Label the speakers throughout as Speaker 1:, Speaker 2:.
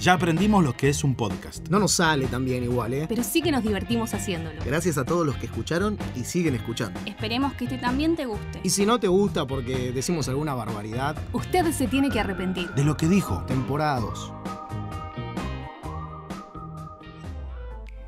Speaker 1: Ya aprendimos lo que es un podcast.
Speaker 2: No nos sale tan bien igual, ¿eh?
Speaker 3: pero sí que nos divertimos haciéndolo.
Speaker 2: Gracias a todos los que escucharon y siguen escuchando.
Speaker 3: Esperemos que este también te guste.
Speaker 2: Y si no te gusta porque decimos alguna barbaridad,
Speaker 3: Usted se tiene que arrepentir.
Speaker 1: De lo que dijo.
Speaker 2: temporados.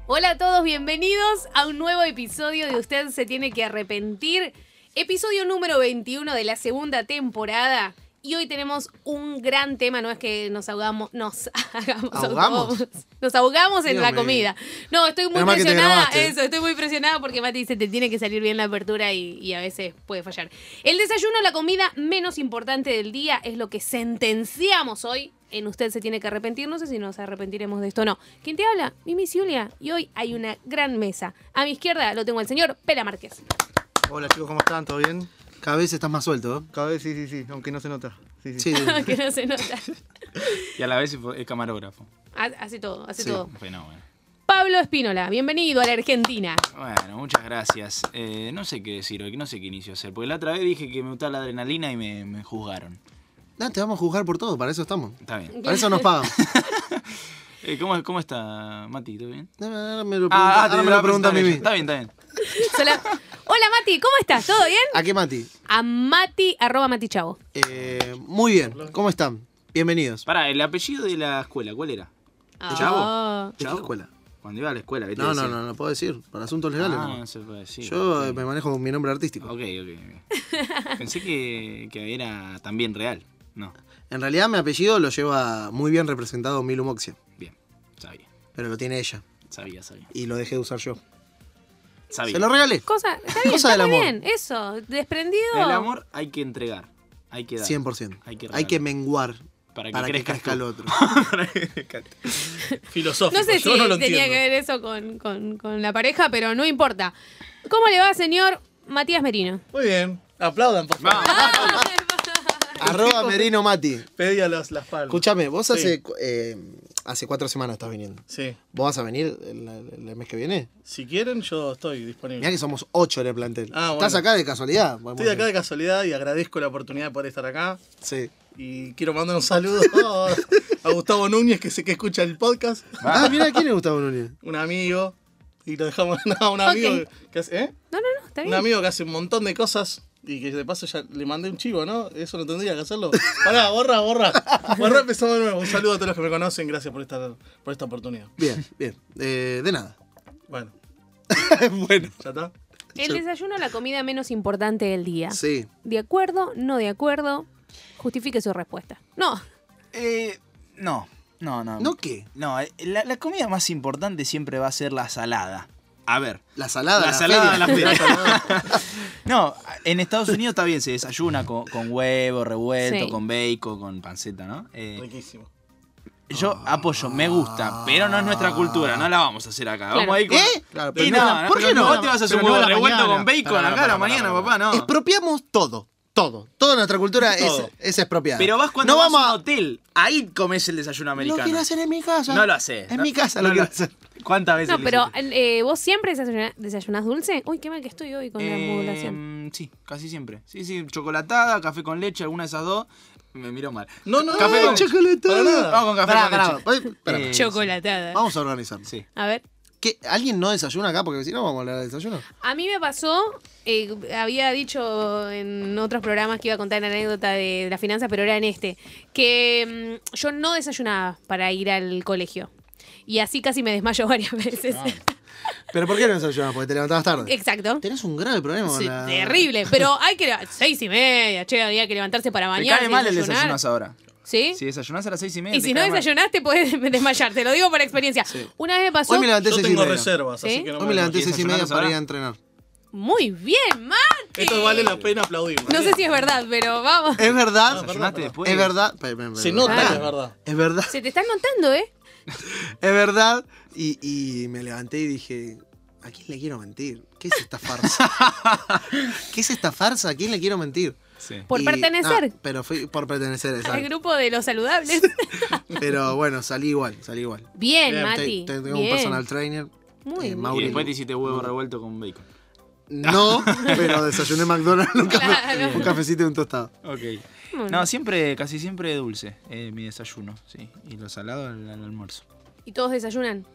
Speaker 4: Hola a todos, bienvenidos a un nuevo episodio de Usted se tiene que arrepentir. Episodio número 21 de la segunda temporada. Y hoy tenemos un gran tema, no es que nos ahogamos, nos hagamos
Speaker 2: ¿Ahogamos?
Speaker 4: autobús. Nos ahogamos en la
Speaker 1: Dígame.
Speaker 4: comida. No, estoy muy
Speaker 2: Menos mal que te
Speaker 4: presionada,
Speaker 2: grabaste.
Speaker 4: eso, estoy muy presionada porque Mati dice, te tiene que salir bien la apertura y, y a veces puede fallar. El desayuno, la comida menos importante del día es lo que sentenciamos hoy. En usted se tiene que arrepentir, no sé si nos arrepentiremos de esto o no. ¿Quién te habla? Mimi Julia. Y hoy hay una gran mesa. A mi izquierda lo tengo al señor Pela Márquez.
Speaker 5: Hola chicos, ¿cómo están? ¿Todo bien?
Speaker 2: Cada vez estás más suelto, ¿eh?
Speaker 5: Cada vez sí, sí, sí, aunque no se nota. Sí, sí.
Speaker 2: Sí,
Speaker 4: que no se nota.
Speaker 6: Y a la vez es camarógrafo.
Speaker 4: Ha- Hace todo, hace todo.
Speaker 6: Un fenómeno.
Speaker 4: Pablo Espínola, bienvenido a la Argentina.
Speaker 6: Bueno, muchas gracias. Eh, no sé qué decir hoy, no sé qué inicio hacer. Porque la otra vez dije que me gustaba la adrenalina y me, me juzgaron.
Speaker 2: No, te vamos a juzgar por todo, para eso estamos.
Speaker 6: Está bien.
Speaker 2: Para eso nos pagan.
Speaker 6: Eh, ¿cómo, ¿Cómo está, Mati? ¿Todo bien?
Speaker 2: No, Ahora me lo pregunta, ahora
Speaker 6: te
Speaker 2: me
Speaker 6: la
Speaker 2: lo pregunta ah, a mí
Speaker 6: presentaron
Speaker 2: mismo.
Speaker 6: ella. Está bien, está bien.
Speaker 4: Sola- Hola Mati, ¿cómo estás? ¿Todo bien?
Speaker 2: ¿A qué, Mati?
Speaker 4: A Mati, arroba Mati Chavo.
Speaker 2: Eh, muy bien, ¿cómo están? Bienvenidos.
Speaker 6: Pará, el apellido de la escuela, ¿cuál era?
Speaker 4: Ah.
Speaker 2: ¿De qué escuela?
Speaker 6: Cuando iba a la escuela, ¿qué te
Speaker 2: No, no,
Speaker 6: decía?
Speaker 2: no, no puedo decir. Para asuntos legales.
Speaker 6: Ah,
Speaker 2: no.
Speaker 6: no se puede decir.
Speaker 2: Yo eh,
Speaker 6: Ok,
Speaker 2: me manejo con mi nombre artístico.
Speaker 6: ok. ok. Pensé que, que era también real. No,
Speaker 2: En realidad mi apellido lo lleva muy bien representado Milu Moxia,
Speaker 6: bien. Sabía,
Speaker 2: pero lo tiene ella
Speaker 6: sabía, sabía.
Speaker 2: y lo dejé de usar yo.
Speaker 6: sabía.
Speaker 2: Se lo regalé.
Speaker 4: Cosa, está bien,
Speaker 2: Cosa
Speaker 4: está
Speaker 2: del
Speaker 4: muy
Speaker 2: amor.
Speaker 4: bien. Eso, desprendido.
Speaker 6: El amor hay que entregar, hay que dar.
Speaker 2: 100%.
Speaker 6: Hay que
Speaker 2: Hay que
Speaker 6: regalar.
Speaker 2: menguar
Speaker 6: Para que
Speaker 2: para que
Speaker 6: crezcas
Speaker 2: crezca
Speaker 6: tú.
Speaker 2: el otro.
Speaker 1: Filosófico.
Speaker 4: No sé
Speaker 1: Yo
Speaker 4: si
Speaker 1: no lo
Speaker 4: tenía que
Speaker 1: entiendo.
Speaker 4: ver eso con, con- con la pareja, pero no importa. ¿Cómo le va, señor Matías Merino?
Speaker 5: Muy bien. Aplaudan, por favor.
Speaker 2: Arroba Merino Mati.
Speaker 5: Pedí a las, las palmas.
Speaker 2: Escúchame, vos
Speaker 5: Sí.
Speaker 2: hace, cu- eh, hace cuatro semanas estás viniendo.
Speaker 5: Sí.
Speaker 2: ¿Vos vas a venir el, el mes que viene?
Speaker 5: Si quieren, yo estoy
Speaker 2: Mirá
Speaker 5: disponible.
Speaker 2: que somos ocho en el plantel.
Speaker 5: Ah,
Speaker 2: Estás
Speaker 5: bueno.
Speaker 2: acá de casualidad.
Speaker 5: Estoy acá de casualidad y agradezco la oportunidad de poder estar acá.
Speaker 2: Sí.
Speaker 5: Y quiero mandar un saludo a Gustavo Núñez, que sé que escucha el podcast.
Speaker 2: Ah, mirá, ¿quién es Gustavo Núñez?
Speaker 5: Un amigo. Y lo dejamos a un amigo.
Speaker 4: Ok.
Speaker 5: que- Que hace, ¿eh?
Speaker 4: No, no, no, está
Speaker 5: Un
Speaker 4: bien.
Speaker 5: amigo que hace un montón de cosas y que de paso ya le mandé un chivo, ¿no? Eso no tendría que hacerlo. Pará, borra, borra. Borra, empezamos de nuevo. Un saludo a todos los que me conocen. Gracias por esta, por esta oportunidad.
Speaker 2: Bien, bien. Eh, de nada.
Speaker 5: Bueno,
Speaker 2: bueno.
Speaker 5: ¿ya está?
Speaker 4: El desayuno, la comida menos importante del día.
Speaker 2: Sí.
Speaker 4: ¿De acuerdo? ¿No de acuerdo? Justifique su respuesta. No,
Speaker 6: Eh, no, no, no.
Speaker 2: ¿No qué?
Speaker 6: No, eh, la, la comida más importante siempre va a ser la salada. A ver.
Speaker 2: La salada.
Speaker 6: La
Speaker 2: de
Speaker 6: salada de la
Speaker 2: feria.
Speaker 6: feria.
Speaker 2: salada.
Speaker 6: No, en Estados Unidos está bien, se desayuna con, con huevo revuelto,
Speaker 4: Sí.
Speaker 6: con bacon, con panceta, ¿no? Eh,
Speaker 5: Riquísimo.
Speaker 6: yo apoyo, me gusta, pero no es nuestra cultura, no la vamos a hacer acá. Vamos a ir con...
Speaker 2: ¿Eh? Claro,
Speaker 6: Y
Speaker 2: pero
Speaker 6: no,
Speaker 2: no, ¿por qué no?
Speaker 6: Vos te vas a hacer
Speaker 1: Pero
Speaker 6: un
Speaker 1: no a
Speaker 6: huevo
Speaker 1: la
Speaker 6: revuelto
Speaker 1: mañana.
Speaker 6: con bacon
Speaker 1: Pará,
Speaker 6: acá
Speaker 1: pará,
Speaker 6: a la
Speaker 1: pará,
Speaker 6: mañana,
Speaker 1: pará,
Speaker 6: papá, no.
Speaker 2: Expropiamos todo. Todo. Toda nuestra cultura es,
Speaker 5: Todo.
Speaker 2: es expropiada.
Speaker 6: Pero vas cuando
Speaker 2: no
Speaker 6: vas
Speaker 2: vamos
Speaker 6: a un hotel, ahí comes el desayuno
Speaker 2: a... Lo
Speaker 6: americano.
Speaker 2: quiero hacer en mi casa.
Speaker 6: No lo haces.
Speaker 2: En
Speaker 6: no-
Speaker 2: mi casa
Speaker 6: no
Speaker 2: lo quiero hacer.
Speaker 6: ¿Cuántas veces
Speaker 4: no,
Speaker 6: lo
Speaker 4: pero
Speaker 6: hiciste?
Speaker 4: eh, ¿vos siempre desayuna- desayunás dulce? Uy, qué mal que estoy hoy con la
Speaker 6: Eh,
Speaker 4: modulación.
Speaker 6: Sí, casi siempre. Sí, sí, chocolatada, café con leche, alguna de esas dos. Me miró mal.
Speaker 5: No, no,
Speaker 6: Café
Speaker 5: no,
Speaker 6: con-
Speaker 5: Para nada.
Speaker 6: Vamos con café
Speaker 2: Pará,
Speaker 6: con
Speaker 2: pará,
Speaker 6: leche.
Speaker 2: pará, pará.
Speaker 6: Eh,
Speaker 4: Chocolatada.
Speaker 2: Vamos a organizarnos.
Speaker 6: Sí.
Speaker 4: A ver.
Speaker 2: ¿Qué? ¿Alguien no desayuna acá? Porque si no, vamos a hablar de desayuno.
Speaker 4: A mí me pasó, eh, había dicho en otros programas que iba a contar la anécdota de las finanzas, pero era en este, que mm, yo no desayunaba para ir al colegio. Y así casi me desmayo varias veces.
Speaker 6: Ah,
Speaker 2: ¿Pero por qué no desayunas? Porque te levantabas tarde.
Speaker 4: Exacto.
Speaker 2: Tenés un grave problema con
Speaker 4: Sí,
Speaker 2: la-
Speaker 4: Terrible, pero hay que levantarse seis y media, che, había que levantarse para
Speaker 6: Te
Speaker 4: bañarse.
Speaker 6: cae mal el
Speaker 4: desayunar.
Speaker 6: desayunas ahora.
Speaker 4: ¿Sí?
Speaker 6: Si desayunás a las seis y media.
Speaker 4: Y
Speaker 6: te
Speaker 4: si no
Speaker 6: cae mal.
Speaker 4: desayunaste, podés desmayar, te lo digo por experiencia. Una vez me pasó.
Speaker 2: Hoy me levanté
Speaker 5: Yo
Speaker 2: seis y
Speaker 5: tengo
Speaker 2: media.
Speaker 5: reservas,
Speaker 4: ¿Sí?
Speaker 5: así que no
Speaker 2: Hoy
Speaker 5: me
Speaker 2: me levanté
Speaker 6: ¿Y
Speaker 2: seis y media
Speaker 6: desayunás
Speaker 2: para ir
Speaker 6: ahora?
Speaker 2: a entrenar.
Speaker 4: Muy bien, Mati.
Speaker 5: Esto vale la pena aplaudir.
Speaker 4: No sé si es verdad, pero vamos.
Speaker 2: Es verdad.
Speaker 6: Desayunaste después.
Speaker 2: Es verdad. pe- pe- pe-
Speaker 5: Se
Speaker 2: pe-
Speaker 5: nota
Speaker 2: pará.
Speaker 5: que es verdad.
Speaker 2: Es verdad.
Speaker 4: Se te están notando, ¿eh?
Speaker 2: Es verdad. Y, y me levanté y dije, ¿a quién le quiero mentir? ¿Qué es esta farsa? ¿Qué es esta farsa? ¿A quién le quiero mentir?
Speaker 6: Sí.
Speaker 4: Por
Speaker 2: Y-
Speaker 4: pertenecer.
Speaker 2: no, pero fui por pertenecer,
Speaker 4: al
Speaker 2: exacto.
Speaker 4: grupo de los saludables.
Speaker 2: Pero bueno, salí igual, salí igual.
Speaker 4: Bien,
Speaker 5: Bien,
Speaker 4: Mati.
Speaker 2: Te- tengo un
Speaker 4: bien.
Speaker 2: personal trainer.
Speaker 4: Muy
Speaker 2: eh,
Speaker 4: bien.
Speaker 2: Mauri.
Speaker 6: Y después te hiciste huevo revuelto con bacon.
Speaker 2: No, pero desayuné McDonald's, un, cafe-
Speaker 4: Claro.
Speaker 2: un cafecito y un tostado.
Speaker 6: Ok.
Speaker 4: Bueno.
Speaker 6: No, siempre, casi siempre dulce, eh, mi desayuno, sí. Y lo salado al, al almuerzo.
Speaker 4: Y todos desayunan.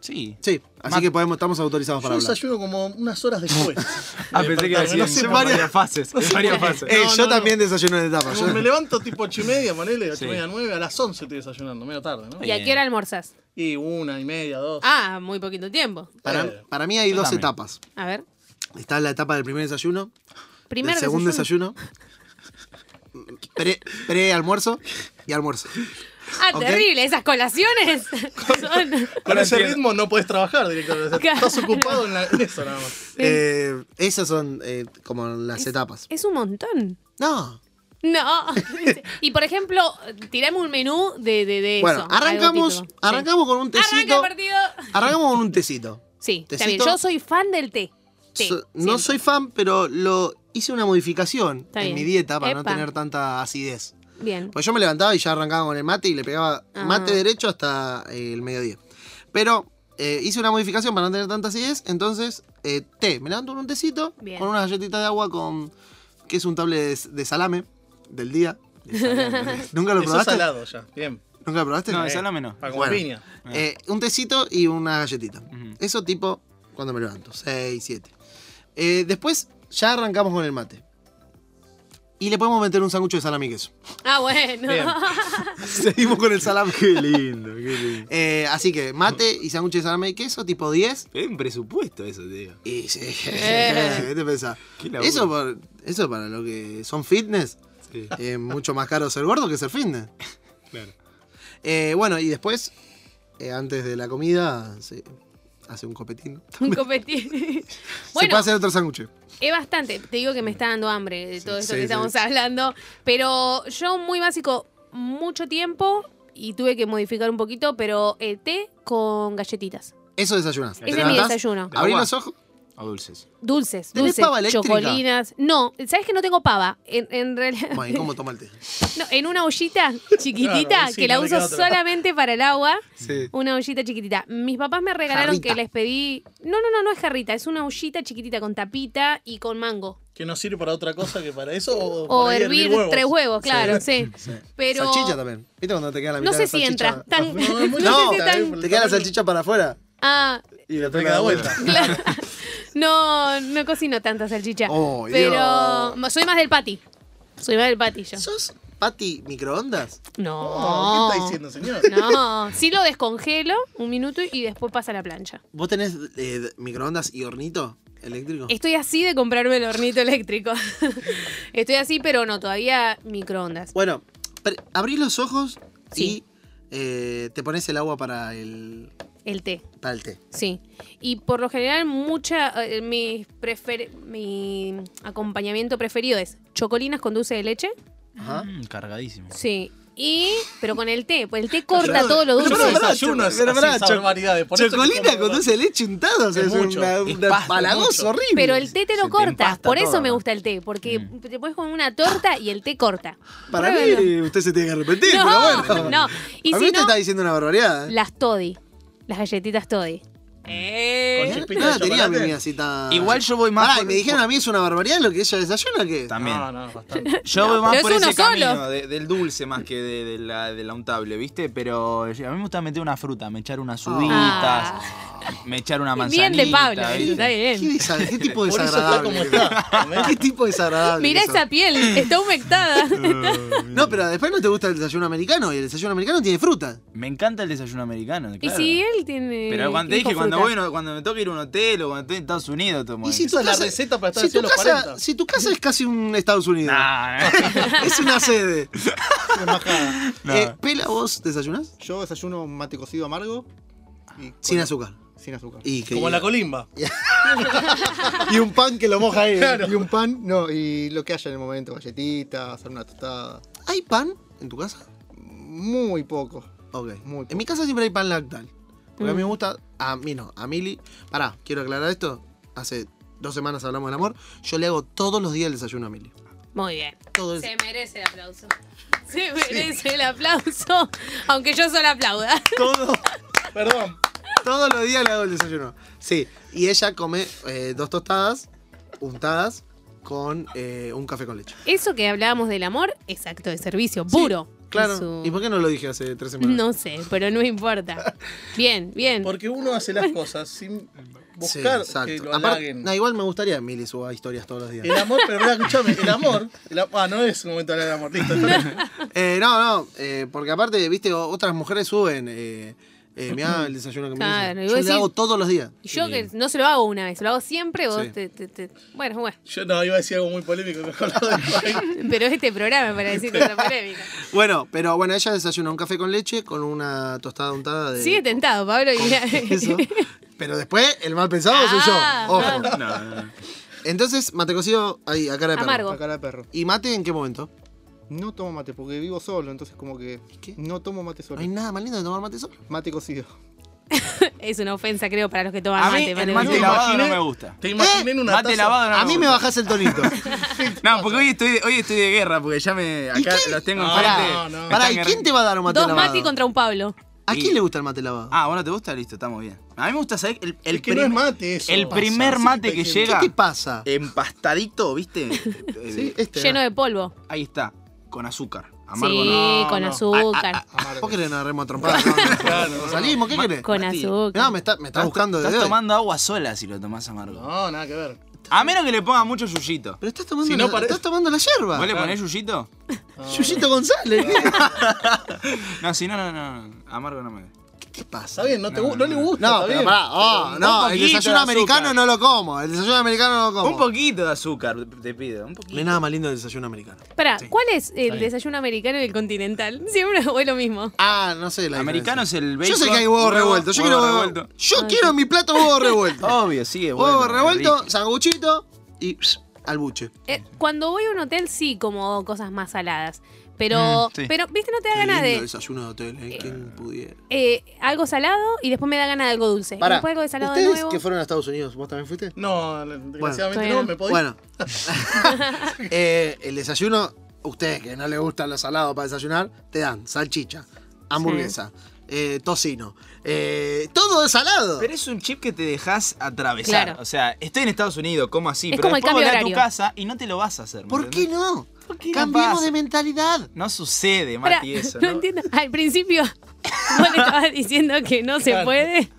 Speaker 6: Sí.
Speaker 2: Sí, así
Speaker 6: Ma-
Speaker 2: que podemos, estamos autorizados para
Speaker 5: Yo
Speaker 2: hablar.
Speaker 5: desayuno como unas horas después.
Speaker 6: Ah,
Speaker 5: de
Speaker 6: pensé que iba a
Speaker 5: despertarme, no
Speaker 6: decir
Speaker 5: sé
Speaker 6: en
Speaker 5: por qué.
Speaker 6: varias fases. En varias fases.
Speaker 2: Eh,
Speaker 5: No,
Speaker 2: yo
Speaker 5: no,
Speaker 2: también desayuno en etapa.
Speaker 5: Como me levanto tipo 8 y media, ponele, 8
Speaker 6: Sí.
Speaker 5: y media, 9, a las 11 estoy desayunando, medio tarde, ¿no?
Speaker 4: ¿Y a qué hora almorzás?
Speaker 5: Y una y media, dos.
Speaker 4: Ah, muy poquito tiempo.
Speaker 2: para,
Speaker 5: Eh.
Speaker 2: para mí hay
Speaker 6: Yo
Speaker 2: dos
Speaker 6: también.
Speaker 2: etapas.
Speaker 4: A ver.
Speaker 2: Está la etapa del primer desayuno,
Speaker 4: Primero
Speaker 2: del segundo desayuno, pre- pre-almuerzo y almuerzo.
Speaker 4: Ah,
Speaker 2: Ok.
Speaker 4: terrible. Esas colaciones son...
Speaker 5: Con
Speaker 6: Ahora
Speaker 5: ese
Speaker 6: entiendo.
Speaker 5: ritmo no puedes trabajar directamente. o sea,
Speaker 4: Claro.
Speaker 5: Estás ocupado en, la- en eso nada más.
Speaker 2: Eh, esas son eh, como las etapas.
Speaker 4: Es un montón.
Speaker 2: No.
Speaker 4: No. y por ejemplo, tirame un menú de, de, de
Speaker 2: Bueno,
Speaker 4: eso, algo
Speaker 2: arrancamos,
Speaker 4: típico. Sí.
Speaker 2: arrancamos con un
Speaker 4: Arranca
Speaker 2: tecito.
Speaker 4: el partido.
Speaker 2: Arrancamos con un tecito.
Speaker 4: Sí, está bien.
Speaker 2: Tecito.
Speaker 4: Yo soy fan del té. Té,
Speaker 2: So-
Speaker 4: siempre.
Speaker 2: no soy fan, pero lo hice una modificación
Speaker 4: Está
Speaker 2: en
Speaker 4: bien.
Speaker 2: mi dieta para no
Speaker 4: Epa.
Speaker 2: tener tanta acidez.
Speaker 4: Bien.
Speaker 2: Pues yo me levantaba y ya arrancaba con el mate y le pegaba
Speaker 4: Ah.
Speaker 2: mate derecho hasta eh, el mediodía. Pero eh, hice una modificación para no tener tanta acidez, entonces eh, té. Me levanto con un tecito,
Speaker 4: Bien.
Speaker 2: con una galletita de agua con... que es un table de, de salame del día. ¿Nunca
Speaker 5: Eso
Speaker 2: lo
Speaker 5: es
Speaker 2: probaste?
Speaker 5: salado ya. Bien.
Speaker 2: ¿Nunca lo probaste?
Speaker 6: No,
Speaker 5: Eh,
Speaker 6: de salame no.
Speaker 5: Para comer
Speaker 2: Bueno.
Speaker 5: piña.
Speaker 2: Eh, un tecito y una galletita.
Speaker 6: Ujú.
Speaker 2: Eso tipo cuando me levanto, 6, 7. Eh, después ya arrancamos con el mate. Y le podemos meter un sangucho de salami y queso.
Speaker 4: Ah, bueno.
Speaker 5: Bien.
Speaker 2: Seguimos con el salami.
Speaker 6: Qué lindo, qué lindo.
Speaker 2: Eh, así que mate y sándwich de salame y queso, tipo 10.
Speaker 6: Es un presupuesto eso, tío.
Speaker 2: Y sí,
Speaker 4: Eh.
Speaker 2: ¿qué te pensás?
Speaker 6: Qué laburo.
Speaker 2: Eso, por- eso para lo que son fitness,
Speaker 6: Sí.
Speaker 2: es mucho más caro ser gordo que ser fitness.
Speaker 6: Claro.
Speaker 2: Eh, bueno, y después, eh, antes de la
Speaker 6: Ah,
Speaker 2: comida, se Ah, hace un copetín.
Speaker 4: Un copetín.
Speaker 2: se puede
Speaker 4: bueno,
Speaker 2: hacer otro sándwich.
Speaker 4: es bastante. Te digo que me está dando hambre de todo esto
Speaker 2: sí,
Speaker 4: que
Speaker 2: sí.
Speaker 4: estamos hablando. Pero yo, muy básico, mucho tiempo y tuve que modificar un poquito, pero eh, té con galletitas.
Speaker 2: Eso desayunas.
Speaker 6: Ese
Speaker 2: ¿Te
Speaker 4: Ese es mi
Speaker 2: levantás?
Speaker 4: desayuno.
Speaker 6: ¿De
Speaker 2: Abrí
Speaker 6: agua?
Speaker 2: los ojos.
Speaker 6: O dulces.
Speaker 4: Dulces,
Speaker 2: ¿Tenés
Speaker 4: dulces,
Speaker 2: pava eléctrica?
Speaker 4: chocolinas. No, ¿sabes que no tengo pava? En, en realidad.
Speaker 2: Bueno, ¿y cómo toma el té?
Speaker 4: No, en una ollita chiquitita
Speaker 5: Claro, sí,
Speaker 4: que la
Speaker 5: no le
Speaker 4: uso
Speaker 5: queda otra.
Speaker 4: solamente para el agua.
Speaker 2: Sí.
Speaker 4: Una ollita chiquitita. Mis papás me regalaron
Speaker 2: Jarrita.
Speaker 4: que les pedí. No, no, no, no es jarrita, es una ollita chiquitita con tapita y con mango.
Speaker 5: Que no sirve para otra cosa que para eso. O,
Speaker 4: O
Speaker 5: para
Speaker 4: hervir tres huevos, claro, sí. Pero.
Speaker 2: Salchicha también. ¿Viste cuando te queda la
Speaker 4: No
Speaker 2: mitad
Speaker 4: sé
Speaker 2: de
Speaker 4: si
Speaker 2: salchicha?
Speaker 4: entra. Tan,
Speaker 5: No, es muy
Speaker 4: no
Speaker 2: No,
Speaker 4: sé si tan-
Speaker 5: por
Speaker 2: te
Speaker 5: el
Speaker 2: queda la
Speaker 5: tamaño.
Speaker 2: salchicha para afuera
Speaker 4: ah,
Speaker 2: y le
Speaker 5: Después que da vuelta.
Speaker 4: claro. No, no cocino tanta salchicha.
Speaker 2: Oh,
Speaker 4: pero
Speaker 2: Dios.
Speaker 4: soy más del patty. Soy más del patty yo.
Speaker 2: ¿Sos Oh, Pati microondas?
Speaker 5: No,
Speaker 4: No.
Speaker 5: ¿Qué está diciendo, señor?
Speaker 4: No, sí lo descongelo un minuto y después pasa a la plancha.
Speaker 2: ¿Vos tenés eh, microondas y hornito eléctrico?
Speaker 5: Eh.
Speaker 4: Estoy así de comprarme el hornito eléctrico. Estoy así, pero no, todavía microondas.
Speaker 2: Bueno, pre- abrís los ojos
Speaker 4: Sí.
Speaker 2: y eh, te pones el agua para el,
Speaker 4: El té,
Speaker 2: para el té.
Speaker 4: sí. Y por lo general, mucha, eh, mi, prefer- mi acompañamiento preferido es chocolinas con dulce de leche.
Speaker 2: Ajá.
Speaker 6: Mm, cargadísimo.
Speaker 4: Sí. Y, pero con el té, pues el té corta
Speaker 5: Yo-
Speaker 4: todo lo
Speaker 5: yo
Speaker 4: dulce.
Speaker 5: no
Speaker 2: pará,
Speaker 5: desayuno es
Speaker 2: pero
Speaker 5: así,
Speaker 2: pará,
Speaker 5: esas
Speaker 2: cho-
Speaker 5: barbaridades, por eso que
Speaker 2: Chocolina
Speaker 5: como-
Speaker 2: con dulce de leche untada, o sea,
Speaker 5: Es
Speaker 2: es, un
Speaker 5: mucho, es
Speaker 6: pasto,
Speaker 2: palagoso
Speaker 5: mucho.
Speaker 2: horrible.
Speaker 4: Pero el té te
Speaker 6: Se
Speaker 4: lo
Speaker 6: te
Speaker 4: corta,
Speaker 6: empasta
Speaker 4: por
Speaker 6: todo,
Speaker 4: eso me
Speaker 6: ¿no?
Speaker 4: gusta el té, porque te pones con una torta y el té corta.
Speaker 2: Para mí,
Speaker 4: Pruébalo.
Speaker 2: eh, usted se tiene que arrepentir,
Speaker 4: No,
Speaker 2: pero bueno.
Speaker 4: no. Y
Speaker 2: a
Speaker 4: si
Speaker 2: mí te
Speaker 4: no,
Speaker 2: está diciendo una barbaridad. ¿eh?
Speaker 4: las Toddy. Las galletitas Toddy.
Speaker 5: Con
Speaker 4: ¡Eh!
Speaker 5: chispita
Speaker 2: No
Speaker 5: de
Speaker 2: la Ah, tenía
Speaker 5: chocolate.
Speaker 2: mi así tan-
Speaker 6: Igual yo voy más
Speaker 2: Pará, y
Speaker 6: por-
Speaker 2: me dijeron a mí es una barbaridad lo que ella desayuna que.
Speaker 6: También.
Speaker 5: No, no, bastante.
Speaker 6: Yo voy más
Speaker 4: pero
Speaker 6: por
Speaker 4: es
Speaker 6: ese
Speaker 4: uno solo.
Speaker 6: camino de- del dulce más que de, de la, de la untable, ¿viste? Pero a mí me gusta meter una fruta, me echar unas
Speaker 5: Ah.
Speaker 6: uvitas, me echar una manzanita.
Speaker 4: Ah. Bien de Pablo,
Speaker 6: ¿viste?
Speaker 4: está
Speaker 2: ¿Qué,
Speaker 4: bien.
Speaker 2: desa- qué tipo
Speaker 5: Por eso está como
Speaker 2: desagradable?
Speaker 5: está. ¿no?
Speaker 2: ¿Qué tipo desagradable?
Speaker 4: Mirá
Speaker 2: que sos?
Speaker 4: esa piel, está humectada.
Speaker 2: No, pero después no te gusta el desayuno americano y el desayuno americano tiene fruta.
Speaker 6: Me encanta el desayuno americano,
Speaker 4: Y
Speaker 6: claro.
Speaker 4: si él tiene.
Speaker 6: Pero cuando te
Speaker 4: dijo
Speaker 6: dije, cuando,
Speaker 4: fruta.
Speaker 6: voy, no- cuando me toca ir a un hotel o cuando estoy en Estados Unidos, tomo
Speaker 2: Y si
Speaker 6: eso.
Speaker 2: tu
Speaker 5: es la
Speaker 2: casa-
Speaker 5: receta para estar
Speaker 2: si
Speaker 5: así a
Speaker 2: tu
Speaker 5: los
Speaker 2: casa-
Speaker 5: 40.
Speaker 2: Si tu casa es casi un Estados Unidos,
Speaker 6: Nah,
Speaker 2: es una sede.
Speaker 6: No.
Speaker 2: Eh, ¿Pela vos desayunás?
Speaker 7: Yo desayuno un mate cocido amargo. Y
Speaker 2: Sin
Speaker 7: con-
Speaker 2: azúcar.
Speaker 7: Sin azúcar.
Speaker 2: Y que-
Speaker 5: Como la colimba.
Speaker 7: Y un pan que lo moja ahí. ¿eh?
Speaker 5: Claro.
Speaker 7: Y un pan, no, y lo que haya en el momento, galletitas, hacer una tostada.
Speaker 2: ¿Hay pan en tu casa?
Speaker 7: Muy poco.
Speaker 2: Ok.
Speaker 7: Muy
Speaker 2: en mi casa siempre hay pan lactal. Porque a mí me gusta. A mí no, a Mili. Pará, quiero aclarar esto. Hace dos semanas hablamos del amor. Yo le hago todos los días el desayuno a Mili.
Speaker 4: Muy bien.
Speaker 2: Todo el-
Speaker 4: Se merece el aplauso. Se merece el aplauso, aunque yo solo aplauda.
Speaker 2: todo-
Speaker 5: Perdón.
Speaker 2: todos los días le hago el desayuno. Sí. Y ella come eh, dos tostadas untadas con eh, un café con leche.
Speaker 4: Eso que hablábamos del amor es acto de servicio, puro.
Speaker 2: Claro.
Speaker 4: Su-
Speaker 2: ¿Y por qué no lo dije hace tres semanas?
Speaker 4: No sé, pero no importa. Bien, bien.
Speaker 5: Porque uno hace las cosas sin buscar
Speaker 2: sí, exacto.
Speaker 5: que lo
Speaker 2: Aparte-
Speaker 5: halaguen.
Speaker 2: no, igual me gustaría que Mili suba historias todos los días.
Speaker 5: El amor, pero verdad, escúchame, el amor. el am- ah, no es un momento de hablar del amor, listo. está bien.
Speaker 2: Eh, no, no, eh, porque aparte, viste, o- otras mujeres suben. Eh, eh, mirá el desayuno que
Speaker 4: Claro,
Speaker 2: me
Speaker 4: y
Speaker 2: hizo. Yo
Speaker 4: vos
Speaker 2: le hago
Speaker 4: decís-
Speaker 2: todos los días.
Speaker 4: Y yo que no se lo hago una vez, lo hago siempre, vos
Speaker 2: Sí.
Speaker 4: te, te- te- Bueno, bueno.
Speaker 5: Yo no, iba a decir algo muy polémico, mejor lo dejo ahí.
Speaker 4: Pero es este programa para decir cosa polémica.
Speaker 2: Bueno, pero bueno, ella desayuna un café con leche con una tostada untada de
Speaker 4: Sigue tentado, Pablo. y mira.
Speaker 2: queso. Pero después, el mal pensado soy
Speaker 4: Ah,
Speaker 2: yo. Ojo.
Speaker 4: ah.
Speaker 6: No, no, no.
Speaker 2: Entonces, mate cocido ahí, a cara de perro.
Speaker 4: Amargo.
Speaker 7: La cara de perro.
Speaker 2: ¿Y mate en qué momento?
Speaker 7: No tomo mate porque vivo solo, entonces como que
Speaker 2: ¿Qué?
Speaker 7: no tomo mate
Speaker 2: No
Speaker 7: solo.
Speaker 2: hay nada más lindo que tomar mate solo.
Speaker 7: Mate cocido.
Speaker 4: Es una ofensa, creo, para los que toman
Speaker 6: A mí
Speaker 4: mate.
Speaker 6: el
Speaker 4: mate
Speaker 6: mate
Speaker 4: cocido.
Speaker 6: lavado no
Speaker 5: Imaginé-
Speaker 6: me gusta.
Speaker 5: Te imaginé en una
Speaker 6: Mate
Speaker 5: taza.
Speaker 6: lavado no
Speaker 2: a mí me
Speaker 6: gusta.
Speaker 2: bajás el tonito.
Speaker 6: No, porque hoy estoy, hoy estoy de guerra, porque ya me. Acá los tengo
Speaker 5: No,
Speaker 6: enfrente.
Speaker 5: no, no.
Speaker 6: Me
Speaker 2: Pará,
Speaker 6: están
Speaker 2: ¿y quién
Speaker 6: guerra-
Speaker 2: te va a dar un mate
Speaker 4: Dos
Speaker 2: lavado?
Speaker 4: mati contra un Pablo.
Speaker 2: ¿A
Speaker 6: Y-
Speaker 2: quién le gusta el mate lavado?
Speaker 6: Ah, bueno, ¿te gusta? Listo, estamos bien. A mí me gusta, ¿sabes? El, el
Speaker 5: Es que no es
Speaker 6: prim-
Speaker 5: mate eso.
Speaker 6: El primer
Speaker 5: Pasa,
Speaker 6: mate
Speaker 5: sí,
Speaker 6: que
Speaker 5: te-
Speaker 2: ¿Qué
Speaker 6: llega
Speaker 2: te pasa?
Speaker 6: empastadito, ¿viste? Eh,
Speaker 2: Sí, este.
Speaker 4: Lleno de polvo.
Speaker 6: Ahí está, con azúcar. Amargo no.
Speaker 4: sí,
Speaker 5: no,
Speaker 4: con
Speaker 5: no.
Speaker 4: azúcar.
Speaker 2: ¿Vos querés que nos agarremos a trompadas? No, no,
Speaker 5: Claro,
Speaker 2: no.
Speaker 5: no.
Speaker 2: ¿Salimos? ¿Qué querés?
Speaker 4: con
Speaker 6: Mati,
Speaker 4: azúcar.
Speaker 2: ah, No, me está, me está
Speaker 6: Estás
Speaker 2: buscando
Speaker 6: to-
Speaker 2: de
Speaker 6: Estás
Speaker 2: hoy.
Speaker 6: tomando agua sola si lo tomás amargo.
Speaker 5: No, nada que ver.
Speaker 6: A menos que le pongas mucho yuyito.
Speaker 2: Pero estás tomando,
Speaker 5: Si no
Speaker 2: la,
Speaker 5: parece-
Speaker 2: estás tomando la yerba.
Speaker 6: ¿Vos le ponés yuyito?
Speaker 2: Yuyito González.
Speaker 6: No, si no, no, no. no. Amargo no me gusta.
Speaker 2: ¿Qué te pasa?
Speaker 5: Está bien, no, te, gu- no le gusta.
Speaker 2: No,
Speaker 5: está
Speaker 2: pero
Speaker 5: bien.
Speaker 2: pará. Oh, no, el
Speaker 6: poquito de
Speaker 2: desayuno
Speaker 6: azúcar.
Speaker 2: americano no lo como. El desayuno americano no lo como.
Speaker 6: Un poquito de azúcar, te pido. Un
Speaker 2: No hay
Speaker 6: poquito.
Speaker 2: nada más lindo del desayuno americano.
Speaker 4: Pará, ¿cuál es el desayuno americano y el continental? Siempre o es lo mismo.
Speaker 2: Ah, no sé. La
Speaker 6: Americano es el
Speaker 2: Yo sé
Speaker 6: bacon,
Speaker 2: que hay huevo,
Speaker 6: huevo,
Speaker 2: revuelto. Yo
Speaker 6: huevo
Speaker 2: quiero huevo
Speaker 6: revuelto.
Speaker 2: Yo quiero en mi plato huevo revuelto.
Speaker 6: Obvio, sí, es bueno.
Speaker 2: huevo revuelto,
Speaker 6: rico.
Speaker 2: sanguchito y pss, al buche.
Speaker 4: Eh, cuando voy a un hotel sí como cosas más saladas. Pero,
Speaker 6: Mm, sí.
Speaker 4: pero viste, no te
Speaker 2: Qué
Speaker 4: da ganas
Speaker 2: lindo
Speaker 4: de
Speaker 2: desayuno de hotel, ¿eh? ¿Quién pudiera?
Speaker 4: eh, algo salado y después me da ganas de algo dulce. y
Speaker 2: Pará,
Speaker 4: después algo de salado de
Speaker 2: ¿ustedes
Speaker 4: nuevo.
Speaker 2: que fueron a Estados Unidos, vos también fuiste?
Speaker 5: No, desgraciadamente
Speaker 4: Bueno.
Speaker 5: no, me podía.
Speaker 2: Bueno, Eh, el desayuno, ustedes que no les gustan los salados para desayunar, te dan salchicha, hamburguesa, eh, tocino, eh, todo es salado.
Speaker 6: Pero es un chip que te dejas atravesar.
Speaker 4: Claro.
Speaker 6: O sea, estoy en Estados Unidos, como así?
Speaker 4: Es
Speaker 6: pero
Speaker 4: como el
Speaker 6: después
Speaker 4: cambio
Speaker 6: volvés a tu
Speaker 4: horario.
Speaker 6: casa y no te lo vas a hacer. ¿me
Speaker 2: ¿Por qué
Speaker 6: entendés?
Speaker 2: no?
Speaker 6: ¿Por qué no
Speaker 2: Cambiemos
Speaker 6: pasa?
Speaker 2: de mentalidad.
Speaker 6: No sucede,
Speaker 4: Pará,
Speaker 6: Mati, eso.
Speaker 4: no,
Speaker 6: ¿no?
Speaker 4: entiendo. Al principio vos le estabas diciendo que no se
Speaker 5: Claro.
Speaker 4: puede.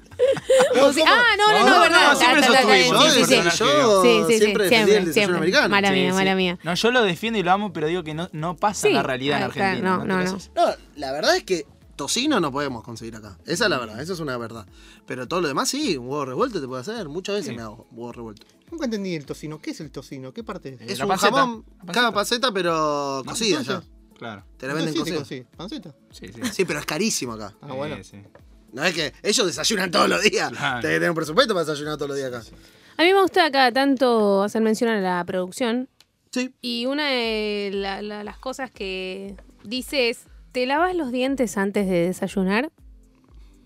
Speaker 4: O sea, ah, no, no, no, es verdad.
Speaker 6: siempre
Speaker 4: Está, está,
Speaker 6: sostuvimos
Speaker 4: está bien, sí, sí, sí.
Speaker 6: ese
Speaker 5: Ah,
Speaker 6: personaje.
Speaker 2: yo
Speaker 4: Sí, sí, sí,
Speaker 2: siempre defendí el
Speaker 4: siempre,
Speaker 2: desayuno
Speaker 4: siempre.
Speaker 2: americano.
Speaker 4: Mala
Speaker 6: Sí,
Speaker 4: mía,
Speaker 6: sí.
Speaker 4: mala mía.
Speaker 6: No, yo lo defiendo y lo amo, pero digo que no, no pasa en
Speaker 4: Sí.
Speaker 6: la realidad en
Speaker 4: Ah, claro,
Speaker 6: Argentina.
Speaker 4: no,
Speaker 6: ¿Te
Speaker 4: no,
Speaker 6: parece?
Speaker 4: no.
Speaker 2: No, la verdad es que tocino no podemos conseguir acá. Esa es la verdad, esa es una verdad. Pero todo lo demás sí, un huevo revuelto te puede hacer. Muchas veces me hago huevo revuelto.
Speaker 7: Nunca entendí el tocino. ¿Qué es el tocino? ¿Qué parte es?
Speaker 2: Es
Speaker 6: la
Speaker 2: un
Speaker 6: panceta,
Speaker 2: jamón,
Speaker 6: la
Speaker 2: cada paseta, pero cocida ya.
Speaker 7: entonces-
Speaker 6: Claro.
Speaker 2: Te la venden
Speaker 7: Entonces sí te
Speaker 2: cocida.
Speaker 7: consigue. ¿Panceta?
Speaker 6: Sí, sí.
Speaker 2: Sí, pero es carísimo acá.
Speaker 7: Ah, bueno.
Speaker 6: Sí, sí.
Speaker 2: No es que ellos desayunan todos los días.
Speaker 6: Claro.
Speaker 2: Tenés que tener un presupuesto para desayunar todos los días acá.
Speaker 4: A mí me gusta cada tanto hacer mención a la producción.
Speaker 2: Sí.
Speaker 4: Y una de la- la- las cosas que dice es, ¿te lavas los dientes antes de desayunar?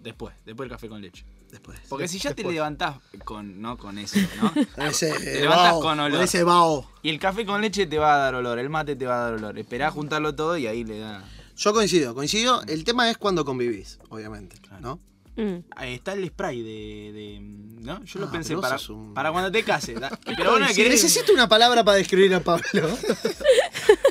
Speaker 6: Después, después el café con leche.
Speaker 2: Después.
Speaker 6: Porque si ya te levantás con, no con eso, ¿no?
Speaker 2: Con ese eh,
Speaker 6: levantas
Speaker 2: vaho,
Speaker 6: con olor.
Speaker 2: con ese vaho.
Speaker 6: Y el café con leche te va a dar olor, el mate te va a dar olor. Esperá a juntarlo todo y ahí le da.
Speaker 2: Yo coincido, coincido. El tema es cuando convivís, obviamente, ¿no?
Speaker 4: Mm.
Speaker 6: Ahí está el spray de. de- mm, ¿No? Yo lo
Speaker 2: Ah,
Speaker 6: pensé
Speaker 2: pero vos
Speaker 6: para,
Speaker 2: sos un-
Speaker 6: para cuando te cases. da- Pero vos no
Speaker 2: Sí,
Speaker 6: querés-
Speaker 2: Necesito una palabra para describir a Pablo.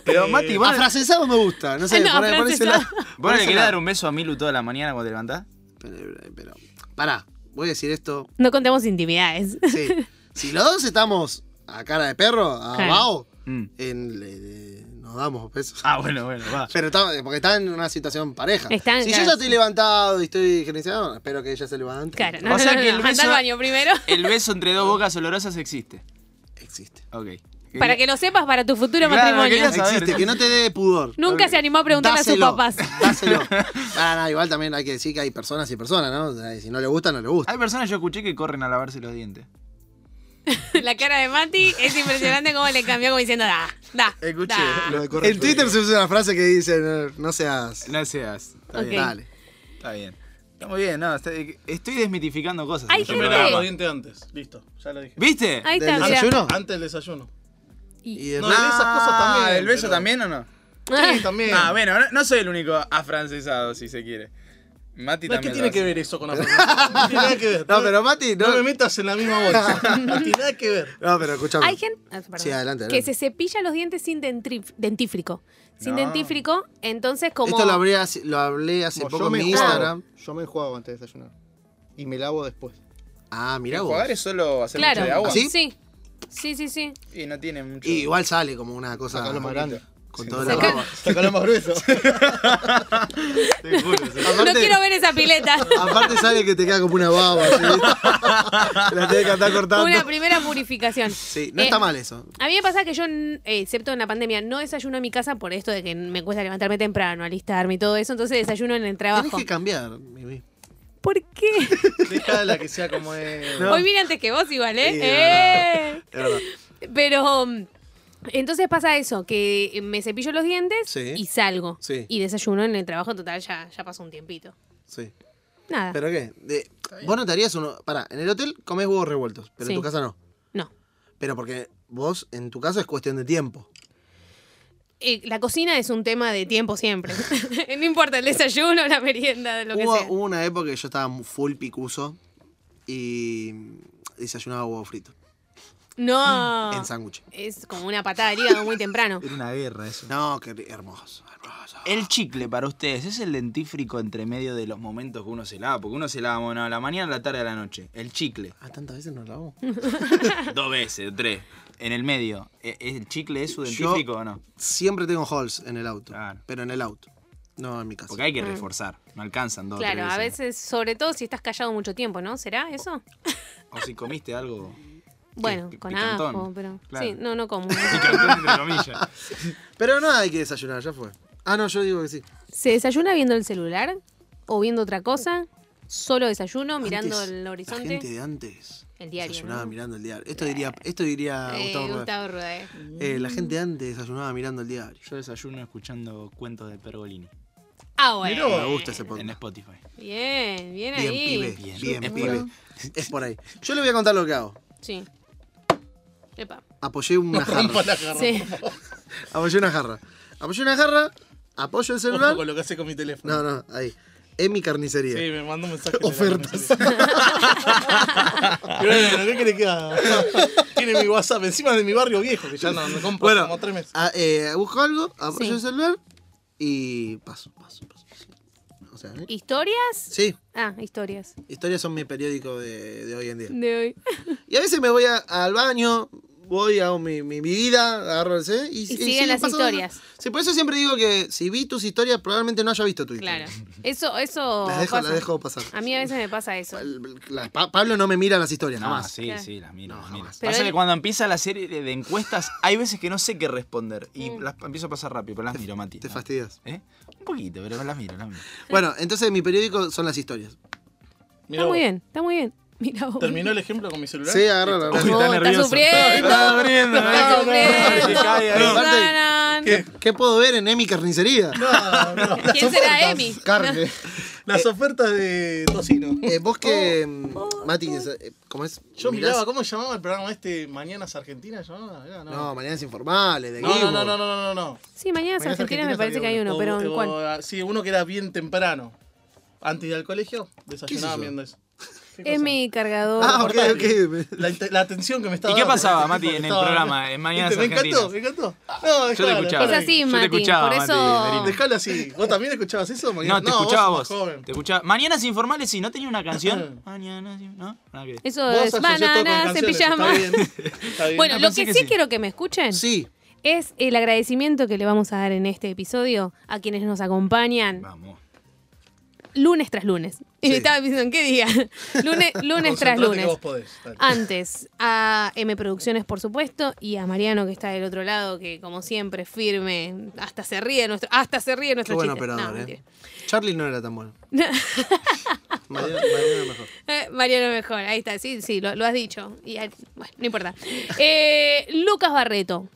Speaker 6: Pero Mati, vos, no-
Speaker 2: Afrancesado me gusta, no sé,
Speaker 4: No,
Speaker 2: por, ahí- por ese
Speaker 4: afrancesado.
Speaker 2: lado.
Speaker 6: vos Ah, no le querés dar un beso a Milu toda la mañana cuando te levantás.
Speaker 2: Pero, pero, pará, voy a decir esto.
Speaker 4: No contemos intimidades.
Speaker 2: Sí. si los dos estamos a cara de perro, a
Speaker 4: Claro.
Speaker 2: vaho,
Speaker 6: Mm.
Speaker 2: en- le- le- nos damos pesos.
Speaker 6: Ah, bueno, bueno, va.
Speaker 2: Pero está, porque está en una situación pareja.
Speaker 4: Están,
Speaker 2: si
Speaker 4: claro.
Speaker 2: yo ya estoy levantado y estoy gerenciado, espero que ella se levante.
Speaker 4: Claro,
Speaker 6: O
Speaker 4: no, no,
Speaker 6: sea
Speaker 4: no,
Speaker 6: que el
Speaker 4: no,
Speaker 6: beso-
Speaker 4: anda al baño primero.
Speaker 6: El beso entre dos bocas olorosas existe.
Speaker 2: Existe.
Speaker 6: Ok.
Speaker 4: Para que lo sepas para tu futuro
Speaker 6: Claro,
Speaker 4: matrimonio.
Speaker 6: quería saber.
Speaker 2: Existe, que no te dé pudor.
Speaker 4: Nunca se animó a preguntarle
Speaker 2: Dáselo,
Speaker 4: a sus papás.
Speaker 2: Dáselo. Ah, no, igual también hay que decir que hay personas y personas, ¿no? O sea, si no le gusta, no le gusta.
Speaker 6: Hay personas yo escuché que corren a lavarse los dientes.
Speaker 4: La cara de Mati es impresionante cómo le cambió como diciendo, da, da.
Speaker 6: Escuché.
Speaker 4: da".
Speaker 7: Lo de correr
Speaker 2: En Twitter se usa una frase que dice, no, no seas...
Speaker 6: No seas. Está
Speaker 4: Ok.
Speaker 6: bien.
Speaker 2: Dale.
Speaker 6: Está bien. Está muy bien, no, está- estoy desmitificando cosas.
Speaker 4: Hay
Speaker 6: en este
Speaker 5: Yo me
Speaker 4: gente-
Speaker 5: lavaba los
Speaker 6: programa.
Speaker 5: dientes antes. Listo, ya lo dije.
Speaker 6: ¿Viste?
Speaker 4: Ahí
Speaker 2: ¿Del
Speaker 4: está, mira.
Speaker 2: desayuno?
Speaker 5: Antes del desayuno.
Speaker 2: Y
Speaker 5: No,
Speaker 2: después-
Speaker 5: de esas cosas también,
Speaker 6: Ah, ¿El beso
Speaker 5: pero-
Speaker 6: también o no?
Speaker 4: Ah,
Speaker 5: Sí, también.
Speaker 6: Ah, bueno, no, no soy el único afrancesado, si se quiere.
Speaker 8: Mati
Speaker 5: No, ¿Qué
Speaker 8: también
Speaker 5: tiene
Speaker 8: lo
Speaker 5: que
Speaker 8: hace.
Speaker 5: ver eso con la persona? No tiene nada que ver.
Speaker 2: No, pero Mati, no.
Speaker 5: No me metas en la misma bolsa. No tiene nada que ver.
Speaker 2: No, pero escúchame.
Speaker 4: Hay gente ah, perdón,
Speaker 2: Sí, adelante,
Speaker 4: que
Speaker 2: adelante.
Speaker 4: se cepilla los dientes sin dentrif- dentífrico. Sin
Speaker 8: No.
Speaker 4: dentífrico, entonces como...
Speaker 2: Esto lo hablé hace, lo hablé hace
Speaker 7: Como
Speaker 2: poco en mi
Speaker 7: enjuago.
Speaker 2: Instagram.
Speaker 7: Yo me enjuago antes de desayunar. Y me lavo después.
Speaker 2: Ah, mirá vos.
Speaker 8: Jugar es solo hacer
Speaker 4: claro.
Speaker 8: mucho de agua.
Speaker 2: ¿Así?
Speaker 4: Sí. Sí, sí, sí.
Speaker 8: Y no tiene mucho.
Speaker 2: Y igual sale como una cosa
Speaker 7: Sacalo más Ah, grande.
Speaker 2: con todo
Speaker 4: Saca-
Speaker 2: el
Speaker 7: Sacalo más grueso.
Speaker 6: Te juro, sí.
Speaker 4: No quiero ver esa pileta.
Speaker 2: Aparte sale que te queda como una baba. ¿sí? La tenés que andar cortando.
Speaker 4: Una primera purificación.
Speaker 2: Sí, no
Speaker 4: Eh,
Speaker 2: está mal eso.
Speaker 4: A mí me pasa que yo, n- eh, excepto en la pandemia, no desayuno en mi casa por esto de que me cuesta levantarme temprano, alistarme y todo eso. Entonces desayuno en el
Speaker 2: Tenés
Speaker 4: trabajo.
Speaker 2: que cambiar, Mimi.
Speaker 4: ¿Por qué?
Speaker 5: Dejala que sea como es.
Speaker 2: No.
Speaker 4: Hoy vine antes que vos igual, ¿eh?
Speaker 2: Sí, de
Speaker 4: ¡Eh!
Speaker 2: Es verdad.
Speaker 4: Pero mm, entonces pasa eso, que me cepillo los dientes
Speaker 2: Sí.
Speaker 4: y salgo.
Speaker 2: Sí.
Speaker 4: Y desayuno en el trabajo total, ya, ya pasó un tiempito.
Speaker 2: Sí.
Speaker 4: Nada.
Speaker 2: ¿Pero qué? De- vos no te harías uno. Pará, en el hotel comés huevos revueltos, pero
Speaker 4: Sí.
Speaker 2: en tu casa no.
Speaker 4: No.
Speaker 2: Pero porque vos, en tu casa es cuestión de tiempo.
Speaker 4: Eh, la cocina es un tema de tiempo siempre. Eh, no importa el desayuno, la merienda, lo que
Speaker 2: Hubo,
Speaker 4: sea.
Speaker 2: hubo una época que yo estaba mu- full picuso y desayunaba huevo frito
Speaker 4: No.
Speaker 2: en sándwich.
Speaker 4: Es como una patada de hígado muy temprano.
Speaker 6: Era una guerra eso.
Speaker 2: No, qué ri- hermoso, hermoso.
Speaker 6: El chicle para ustedes es el dentífrico entre medio de los momentos que uno se lava, porque uno se lava bueno, a la mañana, a la tarde, a la noche. El chicle,
Speaker 2: Ah, tantas veces nos lavó.
Speaker 6: dos veces, tres, en el medio. ¿E- ¿El chicle es su dentífrico o no?
Speaker 2: Siempre tengo halls en el auto,
Speaker 6: Claro.
Speaker 2: pero en el auto, no en mi casa.
Speaker 6: Porque hay que reforzar, no alcanzan dos. o
Speaker 4: Claro,
Speaker 6: tres
Speaker 4: a
Speaker 6: veces.
Speaker 4: veces, sobre todo si estás callado mucho tiempo, ¿no? ¿Será eso?
Speaker 6: O si comiste algo.
Speaker 4: Bueno,
Speaker 6: pi-
Speaker 4: con
Speaker 6: picantón.
Speaker 4: ajo, pero.
Speaker 6: Claro.
Speaker 4: Sí, no, no como.
Speaker 6: Picantón, entre comillas.
Speaker 2: Pero no hay que desayunar, ya fue. Ah, no, yo digo que sí.
Speaker 4: ¿Se desayuna viendo el celular? ¿O viendo otra cosa? ¿Solo desayuno? ¿Mirando
Speaker 2: Antes,
Speaker 4: el
Speaker 2: La
Speaker 4: horizonte?
Speaker 2: gente de antes.
Speaker 4: El diario,
Speaker 2: Desayunaba
Speaker 4: ¿no?
Speaker 2: mirando el diario. Esto diría, esto diría
Speaker 4: Eh,
Speaker 2: Gustavo Rueda.
Speaker 4: Gustavo Rueda, eh.
Speaker 2: Eh, la gente de antes desayunaba mirando el diario.
Speaker 6: Yo desayuno escuchando cuentos de Pergolini
Speaker 4: Ah, bueno.
Speaker 2: Me gusta ese
Speaker 6: en
Speaker 2: podcast.
Speaker 6: Spotify.
Speaker 4: Bien, bien
Speaker 2: Bien,
Speaker 4: ahí.
Speaker 2: pibe.
Speaker 6: Bien.
Speaker 2: Bien,
Speaker 6: Es por
Speaker 2: pibe. Es por ahí. Yo le voy a contar lo que hago.
Speaker 4: Sí. Epa.
Speaker 2: Apoyé una
Speaker 5: Rompa
Speaker 2: jarra.
Speaker 5: la garra.
Speaker 4: Sí.
Speaker 2: Apoyé una jarra. Apoyé una jarra. Apoyo el celular.
Speaker 5: Ojo con lo que hace con mi teléfono.
Speaker 2: No, no, ahí. En mi
Speaker 5: Sí,
Speaker 2: carnicería.
Speaker 5: me manda un mensaje.
Speaker 2: Ofertas.
Speaker 5: Y bueno, ¿qué querés que haga? Tiene mi WhatsApp encima de mi barrio viejo, que ya no me compro
Speaker 2: Bueno,
Speaker 5: como tres meses.
Speaker 2: a- eh, busco algo, apoyo
Speaker 4: Sí.
Speaker 2: el celular y paso, paso, paso. O sea, ¿eh?
Speaker 4: ¿Historias?
Speaker 2: Sí,
Speaker 4: Ah, historias.
Speaker 2: historias son mi periódico de, de hoy en día.
Speaker 4: De hoy.
Speaker 2: Y a veces me voy a- al baño, voy, hago mi, mi, mi vida, agarro el C y, y
Speaker 4: siguen
Speaker 2: sigue
Speaker 4: las
Speaker 2: pasando.
Speaker 4: historias.
Speaker 2: Sí, por eso siempre digo que si vi tus historias, probablemente no haya visto tu historia.
Speaker 4: Claro. Eso, eso.
Speaker 2: Las dejo,
Speaker 4: pasa.
Speaker 2: las dejo pasar.
Speaker 4: A mí a veces me pasa eso.
Speaker 2: La- Pa- Pablo no me mira las historias,
Speaker 5: Ah.
Speaker 6: No,
Speaker 2: jamás.
Speaker 6: Ah, sí,
Speaker 4: Claro.
Speaker 6: sí, las miro.
Speaker 2: No,
Speaker 6: las miro.
Speaker 2: jamás.
Speaker 4: Pero
Speaker 6: Pasa
Speaker 4: él-
Speaker 6: que cuando empieza la serie de de encuestas, hay veces que no sé qué responder. Y las empiezo a pasar rápido, pero las miro, Mati.
Speaker 2: Te
Speaker 6: Ah.
Speaker 2: fastidias.
Speaker 6: ¿Eh? Un poquito, pero las miro, las miro.
Speaker 2: Bueno, entonces mi periódico son las historias.
Speaker 4: Está
Speaker 5: Mirá vos.
Speaker 4: muy bien, está muy bien. Mira vos.
Speaker 5: ¿Terminó el ejemplo con mi celular?
Speaker 2: Sí, agarro la
Speaker 4: Oh, está sufriendo.
Speaker 6: Está sufriendo.
Speaker 4: Está sufriendo.
Speaker 6: Se cae ahí.
Speaker 2: No. aparte-
Speaker 4: Taran.
Speaker 2: ¿Qué, qué puedo ver en Emi Carnicería?
Speaker 5: No, no, las
Speaker 4: ¿Quién será
Speaker 5: ofertas.
Speaker 4: Emi?
Speaker 2: Carne.
Speaker 5: Las ofertas de tocino.
Speaker 2: Eh, vos
Speaker 4: Oh,
Speaker 2: que. mm, Mati, que sa- eh, ¿cómo es?
Speaker 5: Yo
Speaker 2: Mirás-
Speaker 5: miraba, ¿cómo se llamaba el programa este? Mañanas Argentinas, ¿llamaba? Era,
Speaker 2: No, mañanas informales, de
Speaker 5: No,
Speaker 2: Guivo.
Speaker 5: no, no, no, no, no, no.
Speaker 4: Sí, mañana es
Speaker 7: Mañana es
Speaker 4: Argentina, me
Speaker 7: Argentina,
Speaker 4: parece que hay
Speaker 7: sabía
Speaker 4: uno,
Speaker 5: O-
Speaker 4: pero ¿en
Speaker 5: o- ah,
Speaker 4: cuál?
Speaker 5: Sí, uno que era bien temprano. Antes de ir al colegio, desayunaba
Speaker 2: eso?
Speaker 5: viendo eso. ¿Qué
Speaker 4: Es
Speaker 5: cosa?
Speaker 4: mi cargador.
Speaker 2: Ah, ok, ok.
Speaker 5: La, inte- la atención que me estaba
Speaker 6: ¿Y qué
Speaker 5: dando,
Speaker 6: pasaba,
Speaker 5: ¿viste?
Speaker 6: Mati,
Speaker 5: Porque
Speaker 6: en el
Speaker 5: estaba-
Speaker 6: programa, en Mañanas Ah,
Speaker 5: ¿Viste? Me encantó, me encantó. No,
Speaker 6: Yo te
Speaker 5: dejala,
Speaker 6: escuchaba.
Speaker 4: Es
Speaker 5: dejala
Speaker 4: así,
Speaker 6: Yo te
Speaker 4: Mati.
Speaker 6: escuchaba,
Speaker 4: por
Speaker 6: Mati,
Speaker 4: eso.
Speaker 6: Darín.
Speaker 5: Dejala así. ¿Vos también escuchabas eso? Mañana?
Speaker 6: No, te escuchaba
Speaker 5: sos
Speaker 6: vos.
Speaker 5: más joven.
Speaker 6: Te escuchaba. Mañana sin informales, sí, ¿no tenía una canción? Mañana sin. ¿No? Nada que ver.
Speaker 4: Eso
Speaker 5: Vos
Speaker 4: es
Speaker 5: asociás todo con
Speaker 4: bananas en
Speaker 5: canciones,
Speaker 4: pijama.
Speaker 5: Está bien. Está bien.
Speaker 4: Bueno,
Speaker 6: Ah,
Speaker 4: lo
Speaker 6: pensé
Speaker 4: que,
Speaker 6: que
Speaker 4: sí
Speaker 6: sí.
Speaker 4: quiero que me escuchen
Speaker 2: Sí.
Speaker 4: es el agradecimiento que le vamos a dar en este episodio a quienes nos acompañan
Speaker 6: Vamos.
Speaker 4: lunes tras lunes. Y me
Speaker 2: Sí.
Speaker 4: estaba pensando, ¿en qué día? Lunes, lunes tras
Speaker 5: Concentrate
Speaker 4: lunes.
Speaker 5: que vos podés. Dale.
Speaker 4: Antes, a M Producciones, por supuesto, y a Mariano, que está del otro lado, que como siempre, firme, hasta se ríe de nuestro, hasta se ríe de
Speaker 2: Qué
Speaker 4: nuestro
Speaker 2: buen
Speaker 4: chiste. No,
Speaker 2: operador,
Speaker 4: mentira.
Speaker 2: ¿eh? Charlie no era tan bueno. Mariano, Mariano mejor.
Speaker 4: Eh, Mariano mejor, ahí está, sí, sí, lo, lo has dicho. Y, al- bueno, no importa. Eh, Lucas Barreto.